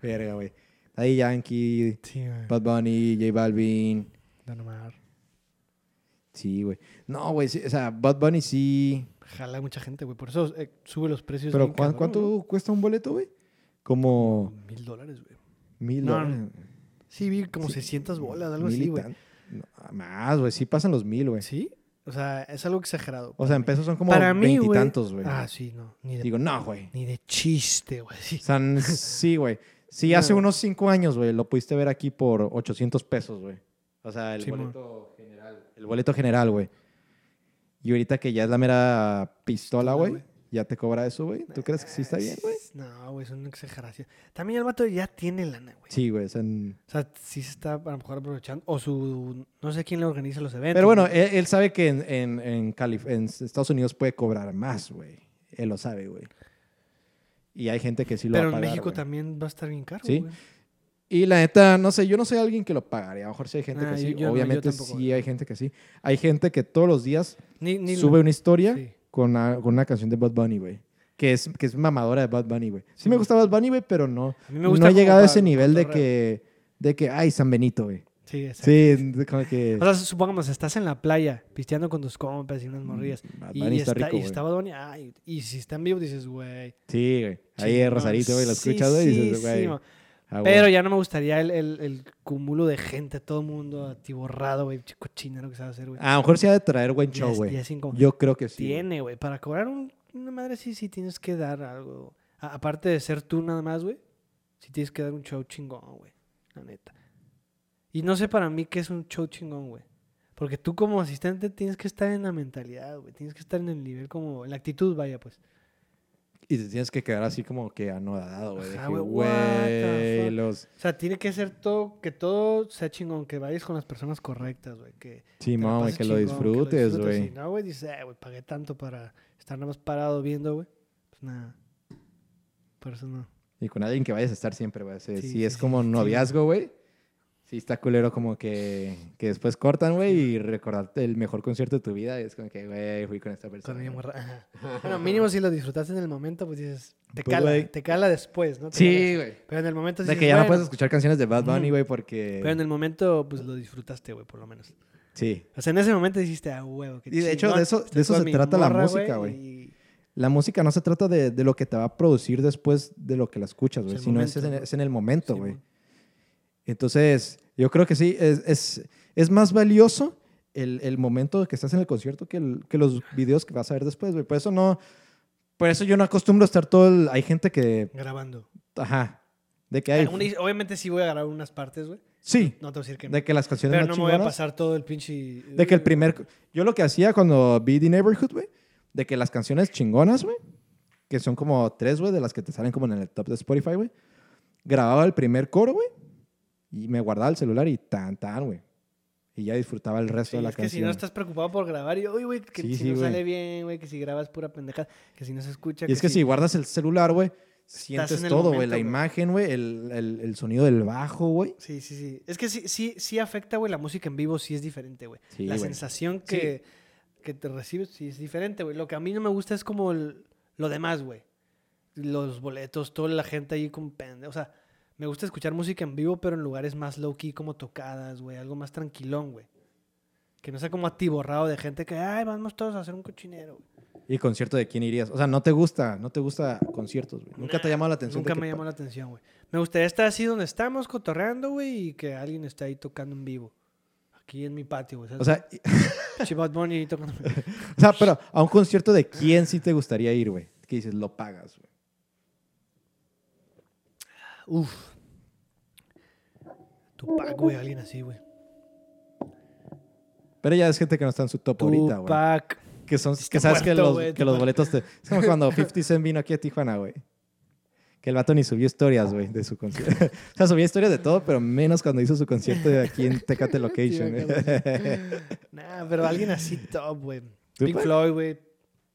Verga, güey. Ahí Yankee,
Sí, güey.
Bad Bunny, J Balvin.
Don Omar.
Sí, güey. No, güey, sí, o sea, Bad Bunny sí.
Jala mucha gente, güey. Por eso eh, sube los precios.
Pero
bien
¿cuán-
cabrón,
¿cuánto cuesta un boleto, güey? Como
güey. Mil dólares, güey.
mil
No,
dólares.
Sí, vi como
Sí.
600 bolas, algo
Mil y
así, güey.
tan- no, más, güey. Sí pasan los mil, güey.
¿Sí? O sea, es algo exagerado.
O sea, en pesos son como
Para mí, güey.
veintitantos, güey.
Ah, sí, no. Ni de,
Digo, no, güey.
ni de chiste, güey. Sí.
O sea, n- sí, güey. Sí,
No.
hace unos cinco años, güey, lo pudiste ver aquí por 800 pesos, güey. O sea, el
Simón.
boleto general. El boleto general, güey. Y ahorita que ya es la mera pistola,
Pistola,
güey,
güey.
ya te cobra eso, güey. ¿Tú crees que sí está bien, güey?
No, güey, es una exageración. También el vato ya tiene lana, güey.
Sí, güey. o sea, n-
O sea, sí se está a lo mejor aprovechando. O su. No sé quién le organiza los eventos.
Pero bueno,
güey.
él, él sabe que en, en, en Calif- en Estados Unidos puede cobrar más, güey. Él lo sabe, güey. Y hay gente que sí lo
Pero
va a
en
pagar,
México
güey.
también va a estar bien caro,
Sí.
güey.
Y la neta, no sé, yo no soy alguien que lo pagaría. A lo mejor sí hay gente
Ah,
que sí.
yo- yo no, yo
Obviamente
tampoco,
sí
güey.
hay gente que sí. Hay gente que todos los días
Ni, ni
sube una historia
Sí.
con, una, con una canción de Bad Bunny, güey. Que es, que es mamadora de Bad Bunny, güey. Sí,
Sí,
me
güey.
gusta Bad Bunny, güey, pero no.
A mí me gusta
no he
como
llegado a
para
ese
el
nivel de
cotorreo.
que, de que, ay, San Benito, güey.
Sí, exacto.
Sí, como que...
O sea, supongamos, estás en la playa pisteando con tus compas y unas morrillas.
Bad
Y,
Bunny Mm, está
está,
rico,
y
güey.
está Bad Bunny, ay, y si está en vivo dices, güey.
Sí, güey. Ahí
chingón,
es Rosarito, güey, lo escuchas, güey, y dices, güey.
chingosísimo".
ah, güey.
Pero ya no me gustaría el, el, el cúmulo de gente, todo el mundo atiborrado, güey, chico chino, lo que se va a hacer, güey.
A lo mejor se ha de traer buen
Ya
show,
es- ya
Ah, güey.
es incómodo.
Yo creo que sí. güey.
Tiene, güey. Para cobrar un- una madre sí, sí tienes que dar algo. A- aparte de ser tú nada más, güey, sí tienes que dar un show chingón, güey. La neta. Y no sé para mí qué es un show chingón, güey. Porque tú como asistente tienes que estar en la mentalidad, güey. Tienes que estar en el nivel como... En la actitud, vaya, pues.
Y te tienes que quedar así como que anodado, güey. de
Ajá,
que,
güey, what the
güey,
fuck.
los...
O sea, tiene que ser todo... Que todo sea chingón. Que vayas con las personas correctas, güey. Que
Sí,
te la
mami,
pases
que lo
chingón, que
disfrutes, güey.
Si no, güey, dices, "Eh, güey, pagué tanto para estar nada más parado viendo, güey. Pues nada. Por eso no.
Y con alguien que vayas a estar siempre, güey. Si,
Sí,
si
sí,
es
sí,
como
sí.
noviazgo, güey. Sí, está culero como que, que después cortan, güey, y recordarte el mejor concierto de tu vida. Y es como que, güey, fui con esta
Con
persona.
ella morra- ajá. Bueno, mínimo si lo disfrutaste en el momento, pues dices, te
Pues,
cala,
güey.
te cala después, ¿no? Te
Sí,
cala.
güey.
Pero en el momento
De
dices,
que ya no
"Bueno".
puedes escuchar canciones de Bad Bunny,
Ujú.
güey, porque...
Pero en el momento, pues lo disfrutaste, güey, por lo menos.
Sí.
O sea, en ese momento dijiste, ah, huevo, qué
Y de hecho,
chingón,
de eso,
estoy
de eso
con
se
mi
trata la
morra,
música, güey.
y-
La música no se trata de, de lo que te va a producir después de lo que la escuchas, güey.
Es el
Sino es,
momento,
en,
¿no?
es en el momento,
Sí,
güey.
mon.
Entonces, yo creo que sí, es, es, es más valioso el, el momento que estás en el concierto que, el- que los videos que vas a ver después, güey. Por eso no, por eso yo no acostumbro a estar todo el, hay gente que,
Grabando.
ajá, de que hay,
Alguna- obviamente sí voy a grabar unas partes, güey.
sí,
No te voy a decir que no.
de que las canciones
Pero
más
no me voy a
chingonas,
pasar todo el pinche...
de que el primer, yo lo que hacía cuando vi The Neighborhood, güey, de que las canciones chingonas, güey, que son como tres, güey, de las que te salen como en el top de Spotify, güey, grababa el primer coro, güey, y me guardaba el celular y tan, tan, güey. Y ya disfrutaba el resto
Sí,
de la
es que
canción.
si no estás preocupado por grabar, y uy, güey, que
Sí,
si
sí,
no
güey.
sale bien, güey, que si grabas pura pendejada, que si no se escucha.
Y es que si guardas el celular, güey, sientes
en el
todo, güey.
momento,
La
güey.
imagen, güey, el, el- el sonido del bajo, güey.
Sí, sí, sí. Es que sí, sí, sí afecta, güey, la música en vivo sí es diferente, güey.
Sí,
la
güey.
sensación que, que te recibes sí es diferente, güey. Lo que a mí no me gusta es como el- lo demás, güey. Los boletos, toda la gente ahí con pende. O sea, Me gusta escuchar música en vivo, pero en lugares más low-key, como tocadas, güey. Algo más tranquilón, güey. Que no sea como atiborrado de gente que, ay, vamos todos a hacer un cochinero, güey.
¿Y concierto de quién irías? O sea, no te gusta, no te gusta conciertos, güey. Nunca te ha llamado la atención. de
Nunca
que
me
pa-
llamó la atención, güey. Me gustaría estar así donde estamos, cotorreando, güey, y que alguien esté ahí tocando en vivo. Aquí en mi patio, güey.
O sea, y-
Chibat Bunny tocando.
o sea, pero a un concierto de quién sí te gustaría ir, güey. Que dices, lo pagas, güey.
Uf. Tupac, güey, alguien así, güey.
Pero ya es gente que no está en su top ahorita, güey.
Tupac.
Que, son,
Está
que sabes que,
muerto,
los,
güey,
que los
Tupac.
boletos te... Es como cuando 50 Cent vino aquí a Tijuana, güey. Que el vato ni subió historias, güey, de su concierto. o sea, subía historias de todo, pero menos cuando hizo su concierto de aquí en Tecate Location.
Sí,
güey.
Nah, pero alguien así top, güey. Pink
¿Tupac?
Floyd, güey.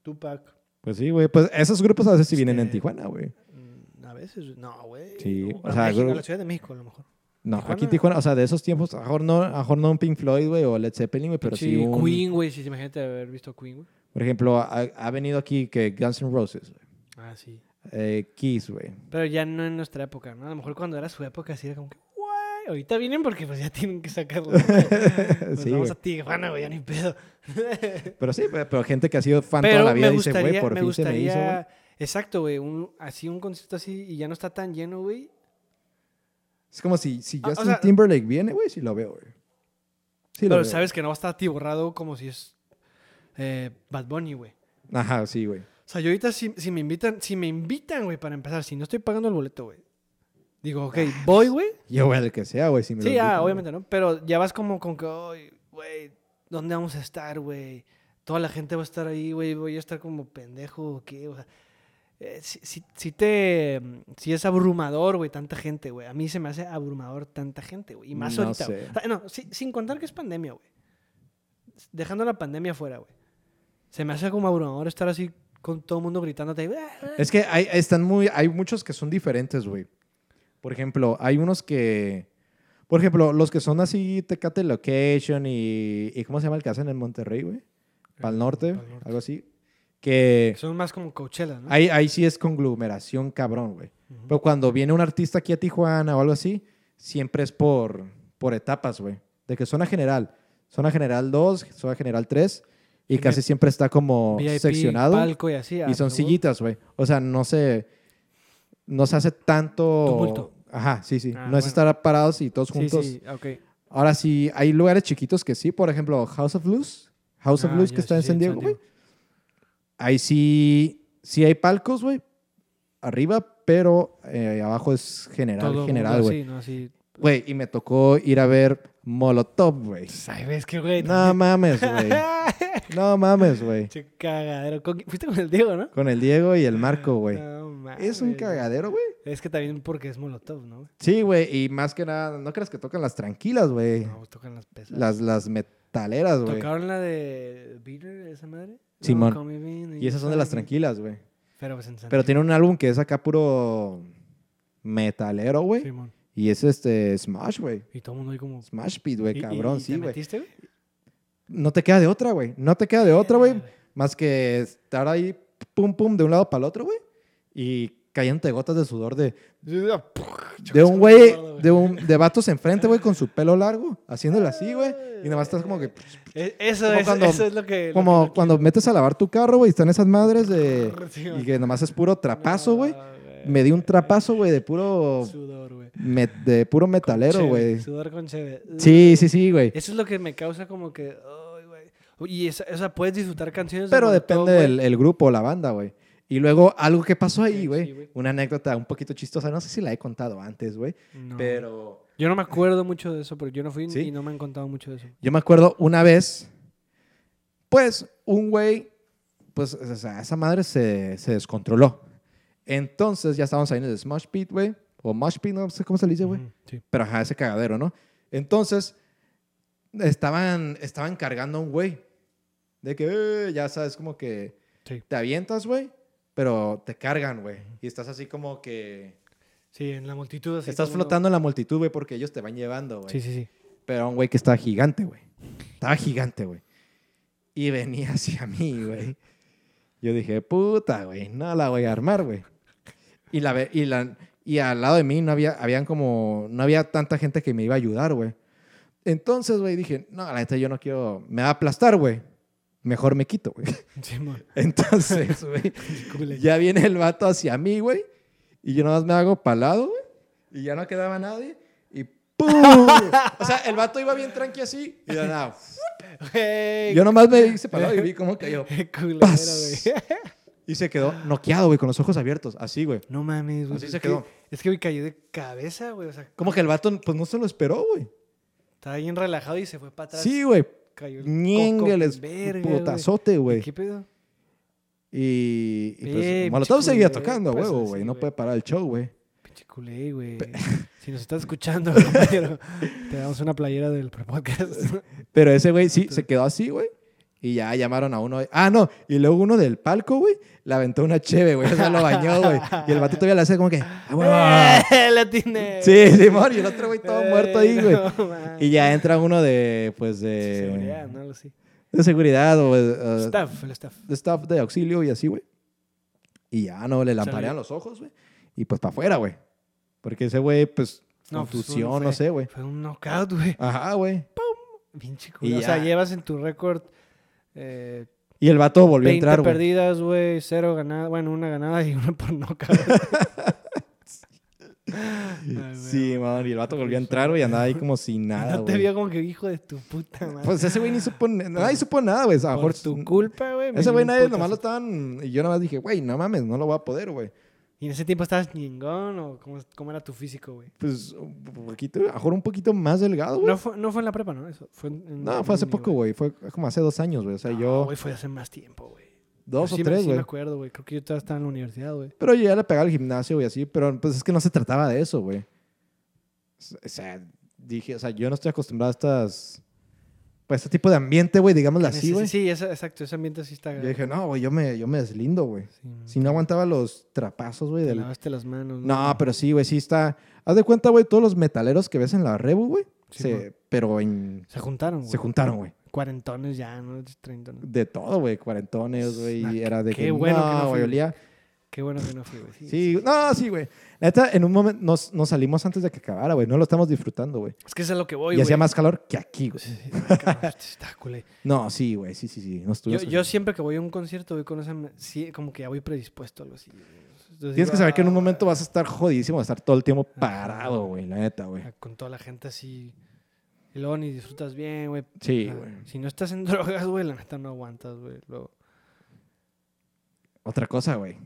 Tupac.
pues sí, güey. Pues esos grupos a veces sí vienen en
Este-
Tijuana, güey.
Mm, A veces, güey. no, güey.
Sí,
O,
o
a
sea,
México,
creo-
a la Ciudad de México, a lo mejor.
No,
Tijuana.
aquí Tijuana, o sea, de esos tiempos, a lo mejor no, a lo mejor no un Pink Floyd, güey, o Led Zeppelin, güey, pero sí
Sí,
un...
Queen, güey. Sí, imagínate haber visto Queen, güey.
Por ejemplo, ha, ha venido aquí que Guns N' Roses, güey.
Ah, sí.
eh, Kiss, güey.
Pero ya no en nuestra época, ¿no? A lo mejor cuando era su época sí era como que, güey, ahorita vienen porque pues ya tienen que sacarlo. Pues
Sí,
vamos
güey.
a Tijuana, güey, ya ni pedo.
Pero sí, güey, pero gente que ha sido fan
Pero
toda la vida
me
dice,
gustaría,
güey, por
me
fin se me hizo, güey.
gustaría, exacto, güey, un, así un concierto así y ya no está tan lleno, güey.
Es como si, si
Ah, o
Justin
sea-
Timberlake viene, güey, sí lo veo, güey. Sí lo
Pero
veo.
sabes que no va a estar atiborrado como si es eh, Bad Bunny, güey.
Ajá, sí, güey.
O sea, yo ahorita si, si me invitan, si me invitan, güey, para empezar, si no estoy pagando el boleto, güey. Digo, ok,
Ah, pues.
voy, güey.
Yo, güey, el que sea, güey, si me lo
Sí, ah,
invitan,
obviamente, ¿no? Pero ya vas como con que, "Ay, güey, ¿dónde vamos a estar, güey? Toda la gente va a estar ahí, güey, voy a estar como pendejo, ¿o qué? O sea, eh, sí, sí- sí te... Sí es abrumador, güey, tanta gente, güey. A mí se me hace abrumador tanta gente, güey. Y más
No
ahorita, güey.
sé.
O sea, No, sí- sin contar que es pandemia, güey. Dejando la pandemia fuera, güey. Se me hace como abrumador estar así con todo el mundo gritándote. "Ah, ah".
Es que hay, están muy, hay muchos que son diferentes, güey. Por ejemplo, hay unos que... Por ejemplo, los que son así Tecate Location y... ¿Y cómo se llama el que hacen en Monterrey, güey? Pal Norte,
Eh, Pal Norte.
algo así. Que
Son más como Coachella, ¿no?
ahí, ahí sí es conglomeración cabrón, güey.
Ujú.
Pero cuando viene un artista aquí a Tijuana o algo así, siempre es por, por etapas, güey. De que zona general, zona general 2, zona general 3, y
VIP,
casi siempre está como
VIP,
seccionado.
palco y así. ah,
y son
pero, güey.
sillitas, güey. O sea, no se, no se hace tanto...
Tumulto.
Ajá, sí, sí.
Ah,
no es
bueno.
estar parados y todos
Sí,
juntos.
sí, ok.
Ahora sí, hay lugares chiquitos que sí. Por ejemplo, House of Blues. House of
Ah,
Blues
ya,
que está
sí,
en
sí,
San
en
Diego,
San
güey.
Diego.
Ahí sí, sí hay palcos, güey. Arriba, pero eh, abajo es general,
Todo mundo
general, güey.
así, ¿no? Así.
Güey, y me tocó ir a ver Molotov, güey.
Ay, ves que, güey.
No mames, güey. No mames, güey.
Che cagadero. ¿Con qui- Fuiste con el Diego, ¿no?
Con el Diego y el Marco, güey.
No mames,
Es un
Ah, güey.
cagadero, güey.
Es que también porque es molotov, ¿no? güey?
Sí, güey. Y más que nada, no creas que tocan las tranquilas, güey.
No, tocan las pesadas.
Las, las metaleras, güey.
¿Tocaron la de Beater, esa madre?
Simón.
No, call me Beaner,
Y esas son de las
¿sabes?
tranquilas, güey.
Pero pues en San
Pero tiene un álbum que es acá puro metalero, güey.
Simón.
Y es este Smash, güey.
Y todo el mundo ahí como...
Smash Pit, güey,
¿Y- y-
cabrón,
y
sí,
te
güey.
metiste, güey?
No te queda de otra, güey. No te queda de otra, güey.
Verga,
Más que estar ahí, pum, pum, de un lado para el otro, güey. Y cayéndote gotas de sudor de, de un güey, de, un, de vatos enfrente, güey, con su pelo largo, haciéndolo así, güey. Y nada más estás como que,
Eh, Eso,
Como
es,
cuando-
eso es lo que... lo que
como
no
cuando metes a lavar tu carro, güey, están esas madres de.
quiero. Sí,
Y
güey.
que nada más es puro trapazo,
No,
güey. Me di un trapazo, güey, de puro.
Sudor, güey.
me- de puro metalero,
Cheve,
güey.
Sudor con cheve.
Sí, sí, sí, güey.
Eso es lo que me causa como que. ay, güey. Y esa, o sea, puedes disfrutar canciones. de
Pero
Molotov,
depende
güey.
del el grupo o la banda, güey. Y luego algo que pasó
Sí,
ahí,
sí,
güey.
güey.
Una anécdota un poquito chistosa. No sé si la he contado antes, güey.
No.
Pero
Yo no me acuerdo mucho de eso, porque yo no fui
Sí.
y no me han contado mucho de eso.
yo me acuerdo una vez, pues un güey, pues o sea, esa madre se, se descontroló. Entonces ya estábamos ahí en el Smash Pit, güey. O Mosh Pit, no sé cómo se le dice, güey.
Ujú, sí.
Pero ajá, ese cagadero, ¿no? Entonces, estaban, estaban cargando a un güey. De que, eh, ya sabes, como que
Sí.
te avientas, güey, pero te cargan, güey. Y estás así como que...
Sí, en la multitud. así
estás
todo el mundo-
flotando en la multitud, güey, porque ellos te van llevando, güey.
Sí, sí, sí.
Pero un güey que estaba gigante, güey. Estaba gigante, güey. Y venía hacia mí, güey. Yo dije, puta, güey, no la voy a armar, güey. Y la, ve- y la Y al lado de mí no había, habían como, no había tanta gente que me iba a ayudar, güey. Entonces, güey, dije, no, la neta, yo no quiero, me va a aplastar, güey. Mejor me quito, güey.
Simón.
Entonces, güey,
Culé.
ya viene el vato hacia mí, güey. Y yo nada más me hago palado, güey. Y ya no quedaba nadie. Y ¡pum! o sea, el vato iba bien tranqui así. Y de nada.
Güey,
Yo nomás me hice palado y vi cómo cayó.
qué culero,
Paz.
güey.
Y se quedó noqueado, güey, con los ojos abiertos. Así, güey.
No mames, güey.
Así
es
se
que-
quedó.
Es que me cayó de cabeza, güey. O sea,
Como que el vato, pues no se lo esperó, güey.
estaba bien relajado y se fue para atrás.
Sí, güey.
Cayó el
Ñéngeles,
coco, verga, güey.
putazote, güey.
¿Qué pedo?
Y, y pues
Eh,
Molotov
pinche
seguía
culero,
tocando,
pues,
huevo,
sí,
güey. No
güey.
puede parar el show, güey.
Pinche culé, güey. Si nos estás escuchando, compañero, te damos una playera del prepodcast.
Pero ese güey sí se quedó así, güey. Y ya llamaron a uno. Ah, no. Y luego uno del palco, güey, le aventó una cheve, güey. O sea, lo bañó, güey. Y el vato todavía le hace como que. "Ah, huevo".
¡Eh! ¡La tiene!
Sí, Simón. Y el otro güey todo
Eh,
muerto ahí, güey.
no mames.
Y ya eh, entra uno de, pues, de.
Seguridad, no lo sé.
De seguridad o. eh,
Staff, el staff.
de staff de auxilio y así, güey. Y ya, no, le lamparean
Sale.
los ojos, güey. Y pues para afuera, güey. Porque ese güey, pues,
No, pues,
contusión,
uno
no sé, güey.
Fue un knockout, güey.
Ajá, güey.
Pinche
Y
culo. O sea,
ya.
llevas en tu récord eh,
Y el vato volvió
20
a entrar, güey.
perdidas, güey, cero ganadas. Bueno, una ganada y una por knockout. Ay, güey.
Sí, man, y el vato volvió a entrar, güey, y andaba ahí como sin nada,
No te
güey.
vio como que hijo de tu puta madre.
Pues ese güey ni supo, nadie supo nada, güey. A lo
por
mejor
tu culpa, güey. me
Ese
dio
güey
un
nadie,
putazo.
nomás lo estaban... Y yo nomás dije, güey, no mames, no lo voy a poder, güey.
¿Y en ese tiempo estabas ningón o cómo, cómo era tu físico, güey?
Pues, un poquito, a lo mejor un poquito más delgado, güey.
No fue, no fue en la prepa, ¿no? Eso, fue en- en-
No, fue hace
en
poco, güey. Fue como hace dos años, güey. O sea,
No,
yo...
güey, fue hace más tiempo, güey.
dos
Yo sí
o
me-
tres,
Sí,
güey.
me acuerdo, güey. Creo que yo todavía estaba en la universidad, güey.
Pero yo ya le pegaba al gimnasio, güey, así. Pero pues es que no se trataba de eso, güey. S- O sea, dije, o sea, yo no estoy acostumbrado a estas. Pues este tipo de ambiente, güey, digámoslo
En
así,
ese-
güey.
Sí, esa- exacto. Ese ambiente sí está...
Yo dije, no, güey, yo me, yo me deslindo, güey.
Sí, no.
Si no aguantaba los trapazos, güey,
Te
del.
lavaste las manos.
No, pero sí, güey, sí está. Haz de cuenta, güey, todos los metaleros que ves en la Rebu, güey.
Sí,
se-
güey.
Pero en.
Se juntaron, güey.
Se juntaron, güey.
Cuarentones ya, ¿no? Treintones.
De todo, güey. Cuarentones, güey.
Ah,
y era de
qué
que.
bueno que no
no,
fui,
güey,
güey.
olía.
Qué bueno que no fui, güey.
Sí, no, sí, güey. La neta, en un momento nos, nos salimos antes de que acabara, güey. No lo estamos disfrutando, güey.
Es que es a lo que voy,
Y
güey.
hacía más calor que aquí, güey.
Sí, sí, ah, cabrón, está culé.
No, sí, güey, sí, sí, sí. Nos
Yo,
tuvimos-
yo siempre que voy a un concierto voy con esa... Sí, como que ya voy predispuesto a algo así. Entonces
Tienes
digo,
que saber que en un
ah,
momento vas a estar jodidísimo, vas a estar todo el tiempo parado, güey, la neta, güey.
Ah, Con toda la gente así... Y luego ni disfrutas bien, güey.
Sí,
Ah,
güey.
Si no estás en drogas, güey, la neta no aguantas, güey. Luego...
Otra cosa, güey.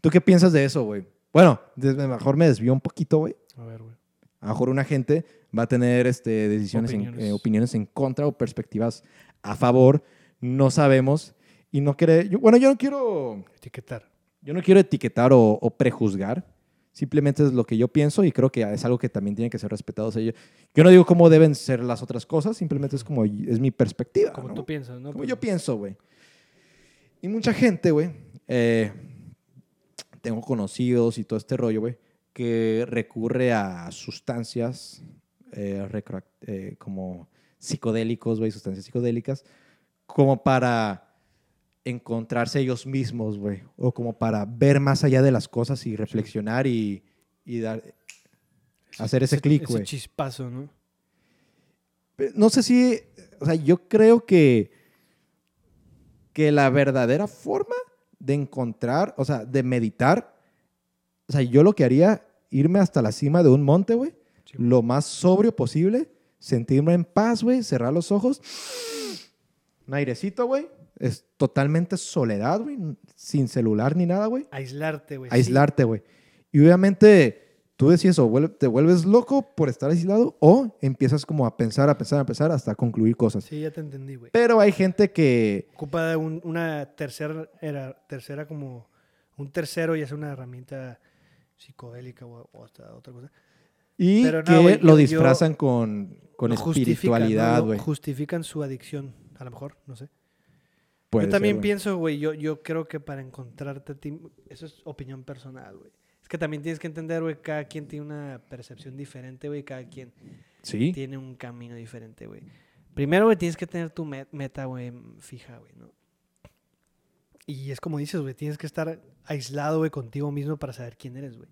¿Tú qué piensas de eso, güey? Bueno, des- mejor me desvío un poquito, güey.
A ver, güey.
A lo mejor una gente va a tener este, decisiones, en- eh, opiniones.
Opiniones.
En, contra o perspectivas a favor. No sabemos. Y no quiere... yo- bueno, yo no quiero...
Etiquetar.
Yo no quiero etiquetar o, o prejuzgar. Simplemente es lo que yo pienso y creo que es algo que también tiene que ser respetado. O sea, yo, yo no digo cómo deben ser las otras cosas, simplemente es como es mi perspectiva.
Como
Ah, ¿no?
tú piensas, ¿no? Pues
Como
Pero-
yo pienso, güey. Y mucha gente, güey, eh, tengo conocidos y todo este rollo, güey, que recurre a sustancias eh, recra- eh, como psicodélicos, güey, sustancias psicodélicas, como para encontrarse ellos mismos, güey, o como para ver más allá de las cosas y reflexionar y, y dar, hacer ese clic, güey.
Ese chispazo, ¿no?
Pe- No sé si, o sea, yo creo que, que la verdadera forma de encontrar, o sea, de meditar, o sea, yo lo que haría, irme hasta la cima de un monte, güey,
Sí, güey.
lo más sobrio posible, sentirme en paz, güey, cerrar los ojos, un airecito, güey, es totalmente soledad, güey, sin celular ni nada, güey,
Aislarte, güey. Pues sí.
aislarte, güey. Y obviamente tú decías o vuel- te vuelves loco por estar aislado o empiezas como a pensar, a pensar, a pensar hasta concluir cosas.
Sí, ya te entendí, güey.
Pero hay gente que
Ocupa de un- una tercera, era, tercera como un tercero y hace una herramienta psicodélica o, o hasta otra cosa.
y
Pero no,
que
güey,
lo
yo-
disfrazan con, con
No justifican,
espiritualidad,
¿no?
güey.
Justifican su adicción, a lo mejor, no sé.
Puede
yo
ser,
también
güey.
pienso, güey, yo, yo creo que para encontrarte a ti, eso es opinión personal, güey. Es que también tienes que entender, güey, cada quien tiene una percepción diferente, güey, cada quien
Sí.
tiene un camino diferente, güey. Primero, güey, tienes que tener tu met- meta, güey, m- fija, güey, ¿no? Y es como dices, güey, tienes que estar aislado, güey, contigo mismo para saber quién eres, güey.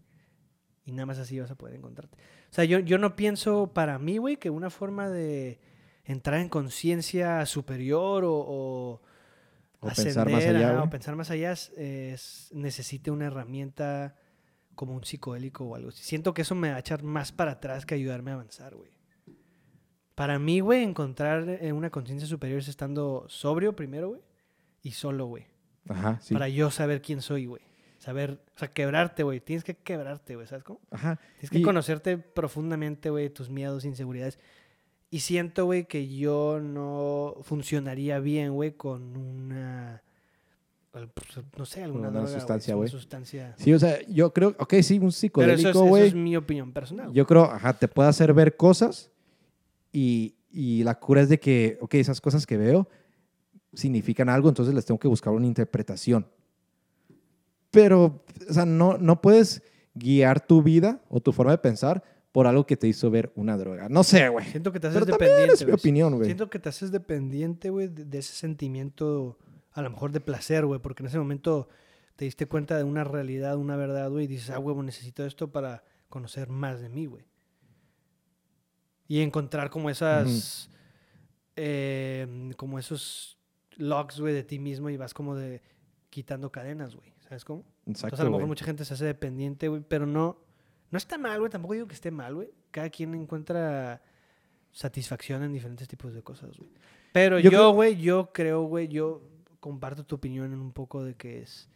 Y nada más así vas a poder encontrarte. O sea, yo, yo no pienso para mí, güey, que una forma de entrar en conciencia superior o, o,
O pensar más allá,
ajá, o
güey.
pensar más allá es, es- necesite una herramienta como un psicodélico o algo así. Siento que eso me va a echar más para atrás que ayudarme a avanzar, güey. Para mí, güey, encontrar eh, una conciencia superior es estando sobrio primero, güey, y solo, güey.
Ajá, sí.
Para yo saber quién soy, güey. Saber, o sea, quebrarte, güey. Tienes que quebrarte, güey, ¿sabes cómo?
Ajá.
Tienes que
Y-
conocerte profundamente, güey, tus miedos, inseguridades. Y siento, güey, que yo no funcionaría bien, güey, con una. al- pues, No sé, alguna
una
droga, güey,
sustancia,
una
güey.
sustancia.
Sí, o sea, yo creo, ok, sí, un
Pero eso es,
psicodélico,
eso
güey.
es mi opinión personal.
Yo creo, ajá, te puede hacer ver cosas y, y la cura es de que, ok, esas cosas que veo significan algo, entonces les tengo que buscar una interpretación. Pero, o sea, no, no puedes guiar tu vida o tu forma de pensar por algo que te hizo ver una droga. No sé, güey.
Siento que te haces
Pero también es
dependiente.
mi
güey.
opinión, güey.
Siento que te haces dependiente, güey, de, de ese sentimiento, a lo mejor de placer, güey, porque en ese momento te diste cuenta de una realidad, una verdad, güey, y dices, ah, huevo, necesito esto para conocer más de mí, güey. Y encontrar como esas, eh, como esos logs, güey, de ti mismo y vas como de quitando cadenas, güey, ¿sabes cómo? Entonces, a
Exacto,
lo mejor
güey.
mucha gente se hace dependiente, güey, pero no, no está mal, güey. Tampoco digo que esté mal, güey. Cada quien encuentra satisfacción en diferentes tipos de cosas, güey. Pero
Yo
yo,
creo-
güey, yo creo, güey, yo comparto tu opinión en un poco de que es,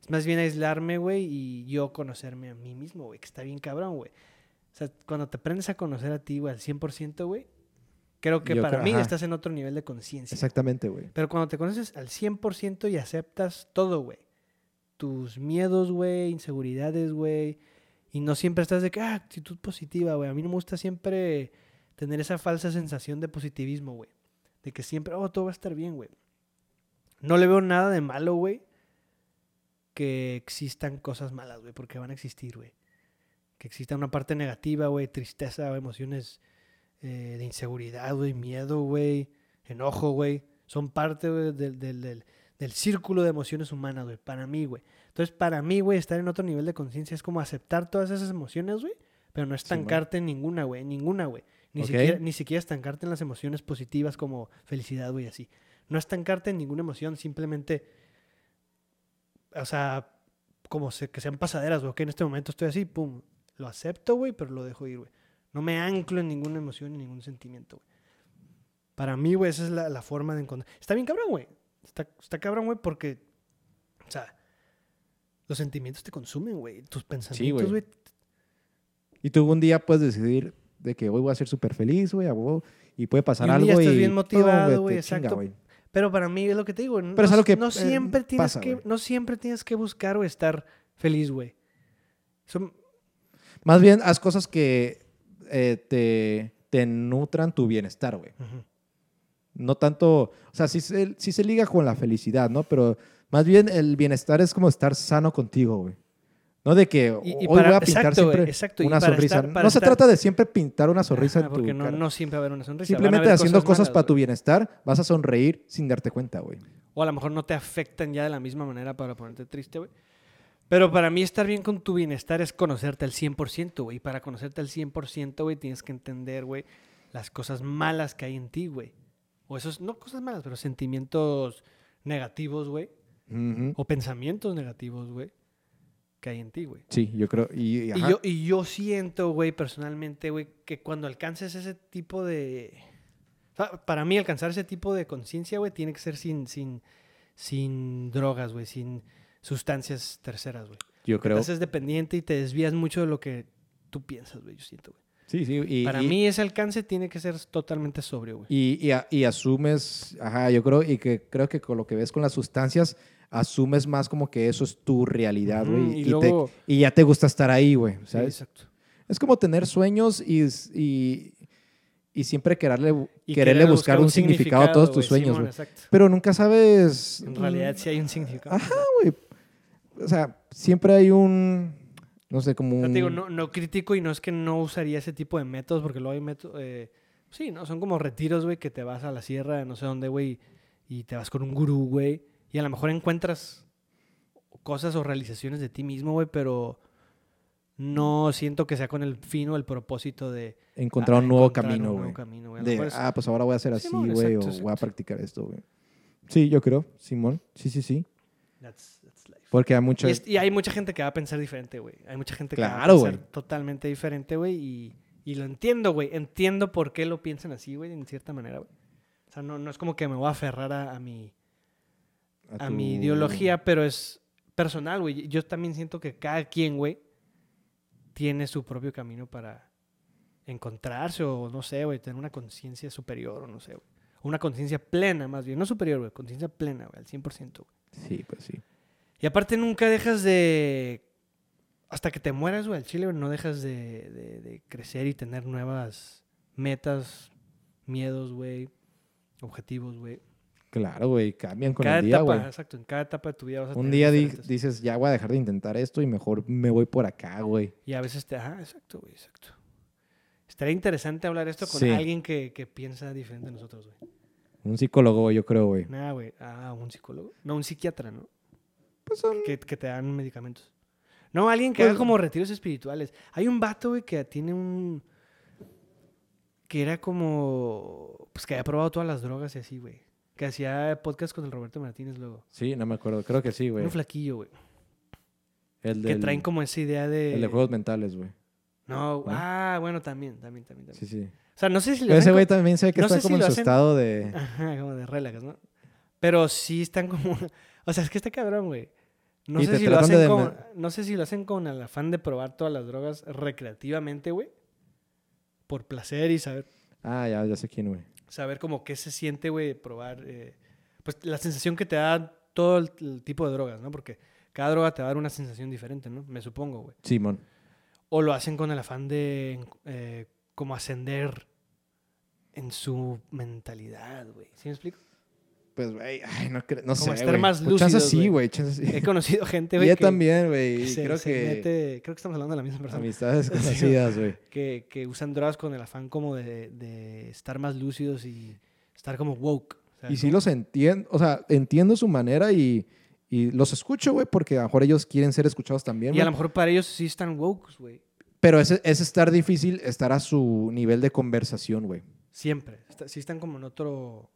es más bien aislarme, güey, y yo conocerme a mí mismo, güey, que está bien cabrón, güey. O sea, cuando te aprendes a conocer a ti, güey, al 100%, güey, creo que
Yo
para
creo-
mí
ajá.
estás en otro nivel de conciencia.
Exactamente, güey.
Pero cuando te conoces al 100% y aceptas todo, güey. Tus miedos, güey, inseguridades, güey. Y no siempre estás de que, ah, actitud positiva, güey. A mí no me gusta siempre tener esa falsa sensación de positivismo, güey. De que siempre, oh, todo va a estar bien, güey. No le veo nada de malo, güey. Que existan cosas malas, güey. Porque van a existir, güey. Que exista una parte negativa, güey. Tristeza, emociones eh, de inseguridad, güey. Miedo, güey enojo, güey. Son parte güey, del, del- del- del círculo de emociones humanas, güey. Para mí, güey. Entonces, para mí, güey, estar en otro nivel de conciencia es como aceptar todas esas emociones, güey. Pero no estancarte en ninguna, güey. en Ninguna, güey. Ni,
Ok.
siquiera, ni siquiera estancarte en las emociones positivas como felicidad, güey, así. No estancarte en ninguna emoción, simplemente. O sea, como se- que sean pasaderas, güey. Ok, en este momento estoy así, pum. Lo acepto, güey, pero lo dejo ir, güey. No me anclo en ninguna emoción, en ningún sentimiento, güey. Para mí, güey, esa es la, la forma de encontrar. Está bien cabrón, güey. Está, está cabrón, güey, porque. O sea, los sentimientos te consumen, güey. Tus pensamientos,
güey.
güey.
Y tú un día puedes decidir de que hoy voy a ser súper feliz, güey, a huevo, y puede pasar
Y un
algo
día estás
y
bien
¡pum!,
motivado,
te
güey,
chinga,
exacto.
güey.
pero para mí es lo que te digo. no,
Pero es algo que,
no
eh,
siempre tienes
pasa,
que,
güey.
no siempre tienes que buscar o estar feliz, güey. Eso-
Más bien, haz cosas que eh, te, te nutran tu bienestar, güey.
Ujú.
No tanto, o sea, sí se, sí se liga con la felicidad, ¿no? Pero más bien el bienestar es como estar sano contigo, güey. No de que
Y- y
hoy
para-
voy a pintar
exacto, güey,
siempre
exacto, y
una
para
sonrisa.
estar- para
no se
estar-
trata de siempre pintar una sonrisa
Ajá,
en tu
porque no,
cara.
no siempre va a haber una sonrisa. van a
Simplemente
haber
haciendo cosas,
malas,
para tu
güey.
bienestar, vas a sonreír sin darte cuenta, güey.
O a lo mejor no te afectan ya de la misma manera para ponerte triste, güey. Pero para mí estar bien con tu bienestar es conocerte al 100%, güey. Y para conocerte al 100%, güey, tienes que entender, güey, las cosas malas que hay en ti, güey. O esos, no cosas malas, pero sentimientos negativos, güey.
Ujú.
O pensamientos negativos, güey, que hay en ti, güey.
Sí, yo creo. Y, y
Y
ajá.
yo, y yo siento, güey, personalmente, güey, que cuando alcances ese tipo de... o sea, para mí alcanzar ese tipo de conciencia, güey, tiene que ser sin, sin, sin drogas, güey, sin sustancias terceras, güey.
Yo creo.
Te haces dependiente y te desvías mucho de lo que tú piensas, güey, yo siento, güey.
sí, sí. y-
Para
y-
mí ese alcance tiene que ser totalmente sobrio, güey.
Y, y a- y asumes, ajá, yo creo, y que creo que con lo que ves con las sustancias, asumes más como que eso es tu realidad,
Ujú,
Ah, güey.
y
y, te-
luego-
y ya te gusta estar ahí, güey,
Sí,
¿sabes?
exacto.
es como tener sueños y, y, y siempre quererle,
Y
quererle buscar, un significado, a todos tus
güey,
sueños,
Simón,
güey.
exacto.
Pero nunca sabes...
En realidad sí hay un significado.
Ajá, güey. O sea, siempre hay un... No sé, como
O
un...
sea, te digo, no, no critico y no es que no usaría ese tipo de métodos, porque luego hay métodos. sí, ¿no? Son como retiros, güey, que te vas a la sierra, no sé dónde, güey, y te vas con un gurú, güey, y a lo mejor encuentras cosas o realizaciones de ti mismo, güey, pero no siento que sea con el fin o el propósito de
Encontrar
ah,
un nuevo
encontrar
camino,
un
güey.
nuevo camino, güey. A lo
De,
mejor es-
ah, pues ahora voy a hacer así,
Simón,
güey, o
exacto,
voy a
exacto.
practicar esto, güey. Sí, yo creo, Simón. Sí, sí, sí.
that's- that's life.
Porque hay
Y,
muchas...
es- y hay mucha gente que va a pensar diferente, güey. Hay mucha gente que
Claro,
va a pensar
güey.
totalmente diferente, güey. Y, y lo entiendo, güey. Entiendo por qué lo piensan así, güey, en cierta manera, güey. O sea, no, no es como que me voy a aferrar a, a mi, a
tu-
mi ideología, pero es personal, güey. Yo también siento que cada quien, güey, tiene su propio camino para encontrarse o, no sé, güey, tener una conciencia superior o no sé, güey. Una conciencia plena, más bien. No superior, güey. Conciencia plena, güey, al 100%, güey.
Sí, pues sí.
Y aparte nunca dejas de... Hasta que te mueras, güey, al chile, güey, no dejas de, de- de crecer y tener nuevas metas, miedos, güey, objetivos, güey.
Claro, güey, cambian con
Cada
el día,
etapa,
güey.
exacto, en cada etapa de tu vida vas a
Un
tener
día di-
diferentes-
dices, ya voy a dejar de intentar esto y mejor me voy por acá, güey.
Y a veces te... Ah, exacto, güey, exacto. Estaría interesante hablar esto con
Sí.
alguien que, que piensa diferente a nosotros, güey.
Un psicólogo, güey, yo creo, güey.
Nada, güey. Ah, un psicólogo. No, un psiquiatra, ¿no?
Pues son-
Que, que te dan medicamentos. No, alguien que
Pues-
haga como retiros espirituales. Hay un vato, güey, que tiene un... Que era como... Pues que había probado todas las drogas y así, güey. Que hacía podcast con el Roberto Martínez luego.
Sí, no me acuerdo. Creo que sí, güey.
Un flaquillo, güey.
El
Que
del-
traen como esa idea de...
El de juegos mentales, güey.
No, ah, bueno, también, también, también. también.
Sí, sí.
O sea, no sé si le
Pero ese
hacen
güey también se ve que
no
está
sé si
como en
lo
su
hacen-
estado de...
Ajá, como de relax, ¿no? Pero sí están como... O sea, es que está cabrón, güey. No
Y
sé,
te
si lo
tratan de
hacen con,
demen-
no sé si lo hacen con el afán de probar todas las drogas recreativamente, güey. Por placer y saber,
Ah, ya, ya sé quién, güey.
saber como qué se siente, güey, probar... eh, pues la sensación que te da todo el, el tipo de drogas, ¿no? Porque cada droga te va a dar una sensación diferente, ¿no? Me supongo, güey.
Simón.
O lo hacen con el afán de eh, como ascender en su mentalidad, güey. ¿Sí me explico?
Pues, güey, ay, no, cre- no sé,
Como
güey.
estar más
Pues Chances
lúcidos,
sí,
güey.
güey, chances sí.
He conocido gente, güey.
Yo
que-
también, güey. y
se-
Creo
se
que
mete- creo que estamos hablando de la misma persona.
amistades conocidas, güey.
Que, que usan drogas con el afán como de, de estar más lúcidos y estar como woke. o sea,
Y sí
como-
los entiendo, o sea, entiendo su manera y, y los escucho, güey, porque a lo mejor ellos quieren ser escuchados también,
y a
güey.
lo mejor para ellos sí están woke, güey.
Pero es, es estar difícil estar a su nivel de conversación, güey.
Siempre. Está- sí están como en otro.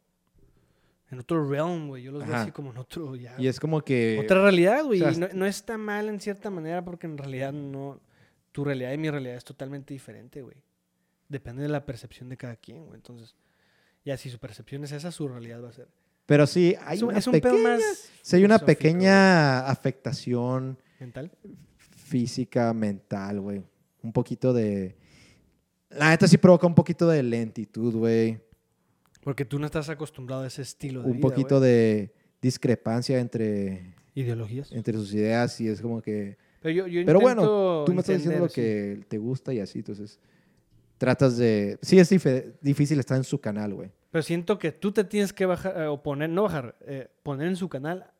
En otro realm, güey. Yo los veo
Ajá.
así como en otro. Ya,
Y es como que...
Otra realidad, güey.
Eh, o sea,
y no, no está mal en cierta manera porque en realidad no. Tu realidad y mi realidad es totalmente diferente, güey. Depende de la percepción de cada quien, güey. Entonces, ya si su percepción es esa, su realidad va a ser.
Pero sí, hay
Es un,
una
es un pedo
pequeña-
más.
sí hay una
filosófico,
pequeña afectación
güey, Mental.
física, mental, güey. Un poquito de... La neta sí provoca un poquito de lentitud, güey.
Porque tú no estás acostumbrado a ese estilo de
Un
vida,
poquito
güey.
de discrepancia entre,
Ideologías.
entre sus ideas y es como que...
Pero, yo, yo
Eh, Pero
intento
bueno, tú me estás diciendo
entender,
lo que te gusta y así, entonces tratas de... Sí, es dife- difícil estar en su canal, güey.
sí. Pero siento que tú te tienes que bajar, eh, o poner, no bajar, eh, poner en su canal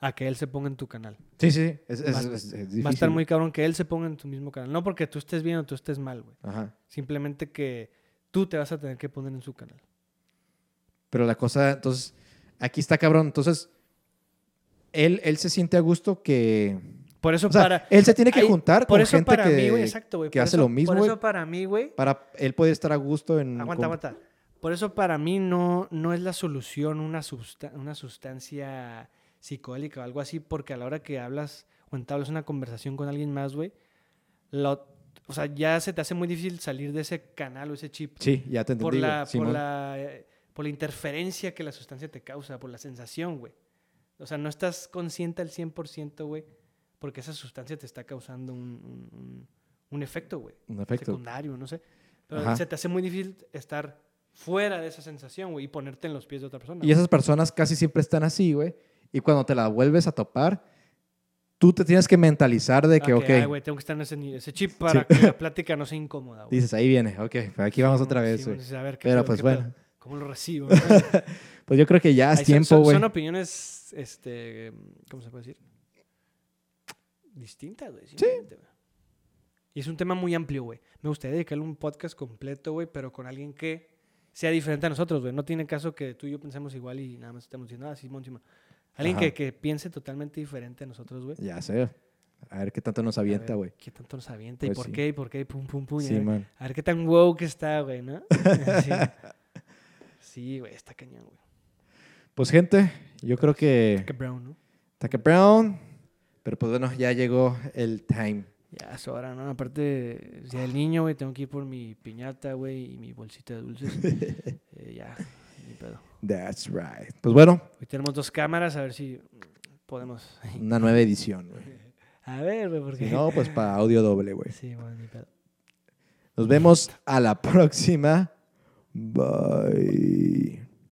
a que él se ponga en tu canal.
Sí, sí, es, es-
Va-
es- es
Va a estar
difícil.
muy cabrón que él se ponga en tu mismo canal. No porque tú estés bien o tú estés mal, güey.
Ajá.
Simplemente que tú te vas a tener que poner en su canal.
Pero la cosa, entonces, aquí está cabrón. Entonces, él, él se siente a gusto que...
Por eso
O sea,
para...
él se tiene que
Ay,
juntar
por
con
eso
gente
para
que,
mí, güey, exacto, güey.
que
por
hace
eso-
lo mismo,
Por
güey, Mm,
eso para mí, güey...
para él poder estar a gusto en...
Aguanta,
con-
aguanta. Por eso para mí no, no es la solución una, substa- una sustancia psicodélica o algo así, porque a la hora que hablas o entablas una conversación con alguien más, güey, lo- o sea, ya se te hace muy difícil salir de ese canal o ese chip
Sí, ya te entendí,
por,
güey,
la, por,
Simón.
la, eh, por la interferencia que la sustancia te causa, por la sensación, güey. O sea, no estás consciente al 100%, güey, porque esa sustancia te está causando un, un- un- un efecto, güey
Un efecto.
secundario, no sé. Pero
Ajá.
se te hace muy difícil estar fuera de esa sensación, güey, y ponerte en los pies de otra persona.
Y esas personas casi siempre están así, güey. Y cuando te la vuelves a topar, tú te tienes que mentalizar de
güey.
que,
Ah,
ok,
ay, güey, tengo que estar en ese, ni- ese chip para que la plática no sea incómoda, güey.
dices, ahí viene, ok, pues aquí vamos otra vez, güey.
a ver, ¿qué
Pero
pedo,
pues
qué
bueno,
pedo? ¿Cómo lo recibo? no?
pues yo creo que ya
Ay,
es
son-
tiempo,
son,
güey.
son opiniones, este, ¿cómo se puede decir? Distintas, güey. simplemente, güey. Y es un tema muy amplio, güey. Me gustaría dedicarle un podcast completo, güey, pero con alguien que sea diferente a nosotros, güey. No tiene caso que tú y yo pensemos igual y nada más estemos diciendo, ah, Simón, Simón. Alguien
Ajá.
que, que piense totalmente diferente a nosotros, güey.
Ya sé. A ver qué tanto nos
A
avienta,
ver,
güey.
¿Qué tanto nos avienta? ¿Y
Pues
por
sí.
qué? ¿Y por qué? Y pum, pum, pum. y a
Sí,
ver-
man.
A ver qué tan wow que está, güey, ¿no? Sí. Sí, güey, está cañón, güey.
Pues, gente, yo creo que
Qué brown, ¿no?
Tucker Brown. Pero pues bueno, ya llegó el time.
Ya es hora, ¿no? Aparte, si el niño, güey, tengo que ir por mi piñata, güey, y mi bolsita de dulces. Eh, ya, ni pedo.
That's right. Pues bueno,
Hoy tenemos dos cámaras, a ver si podemos.
una nueva edición, güey.
A ver, güey, porque.
Si no, pues para audio doble, güey.
Sí, bueno, ni pedo.
Nos vemos a la próxima. Bye.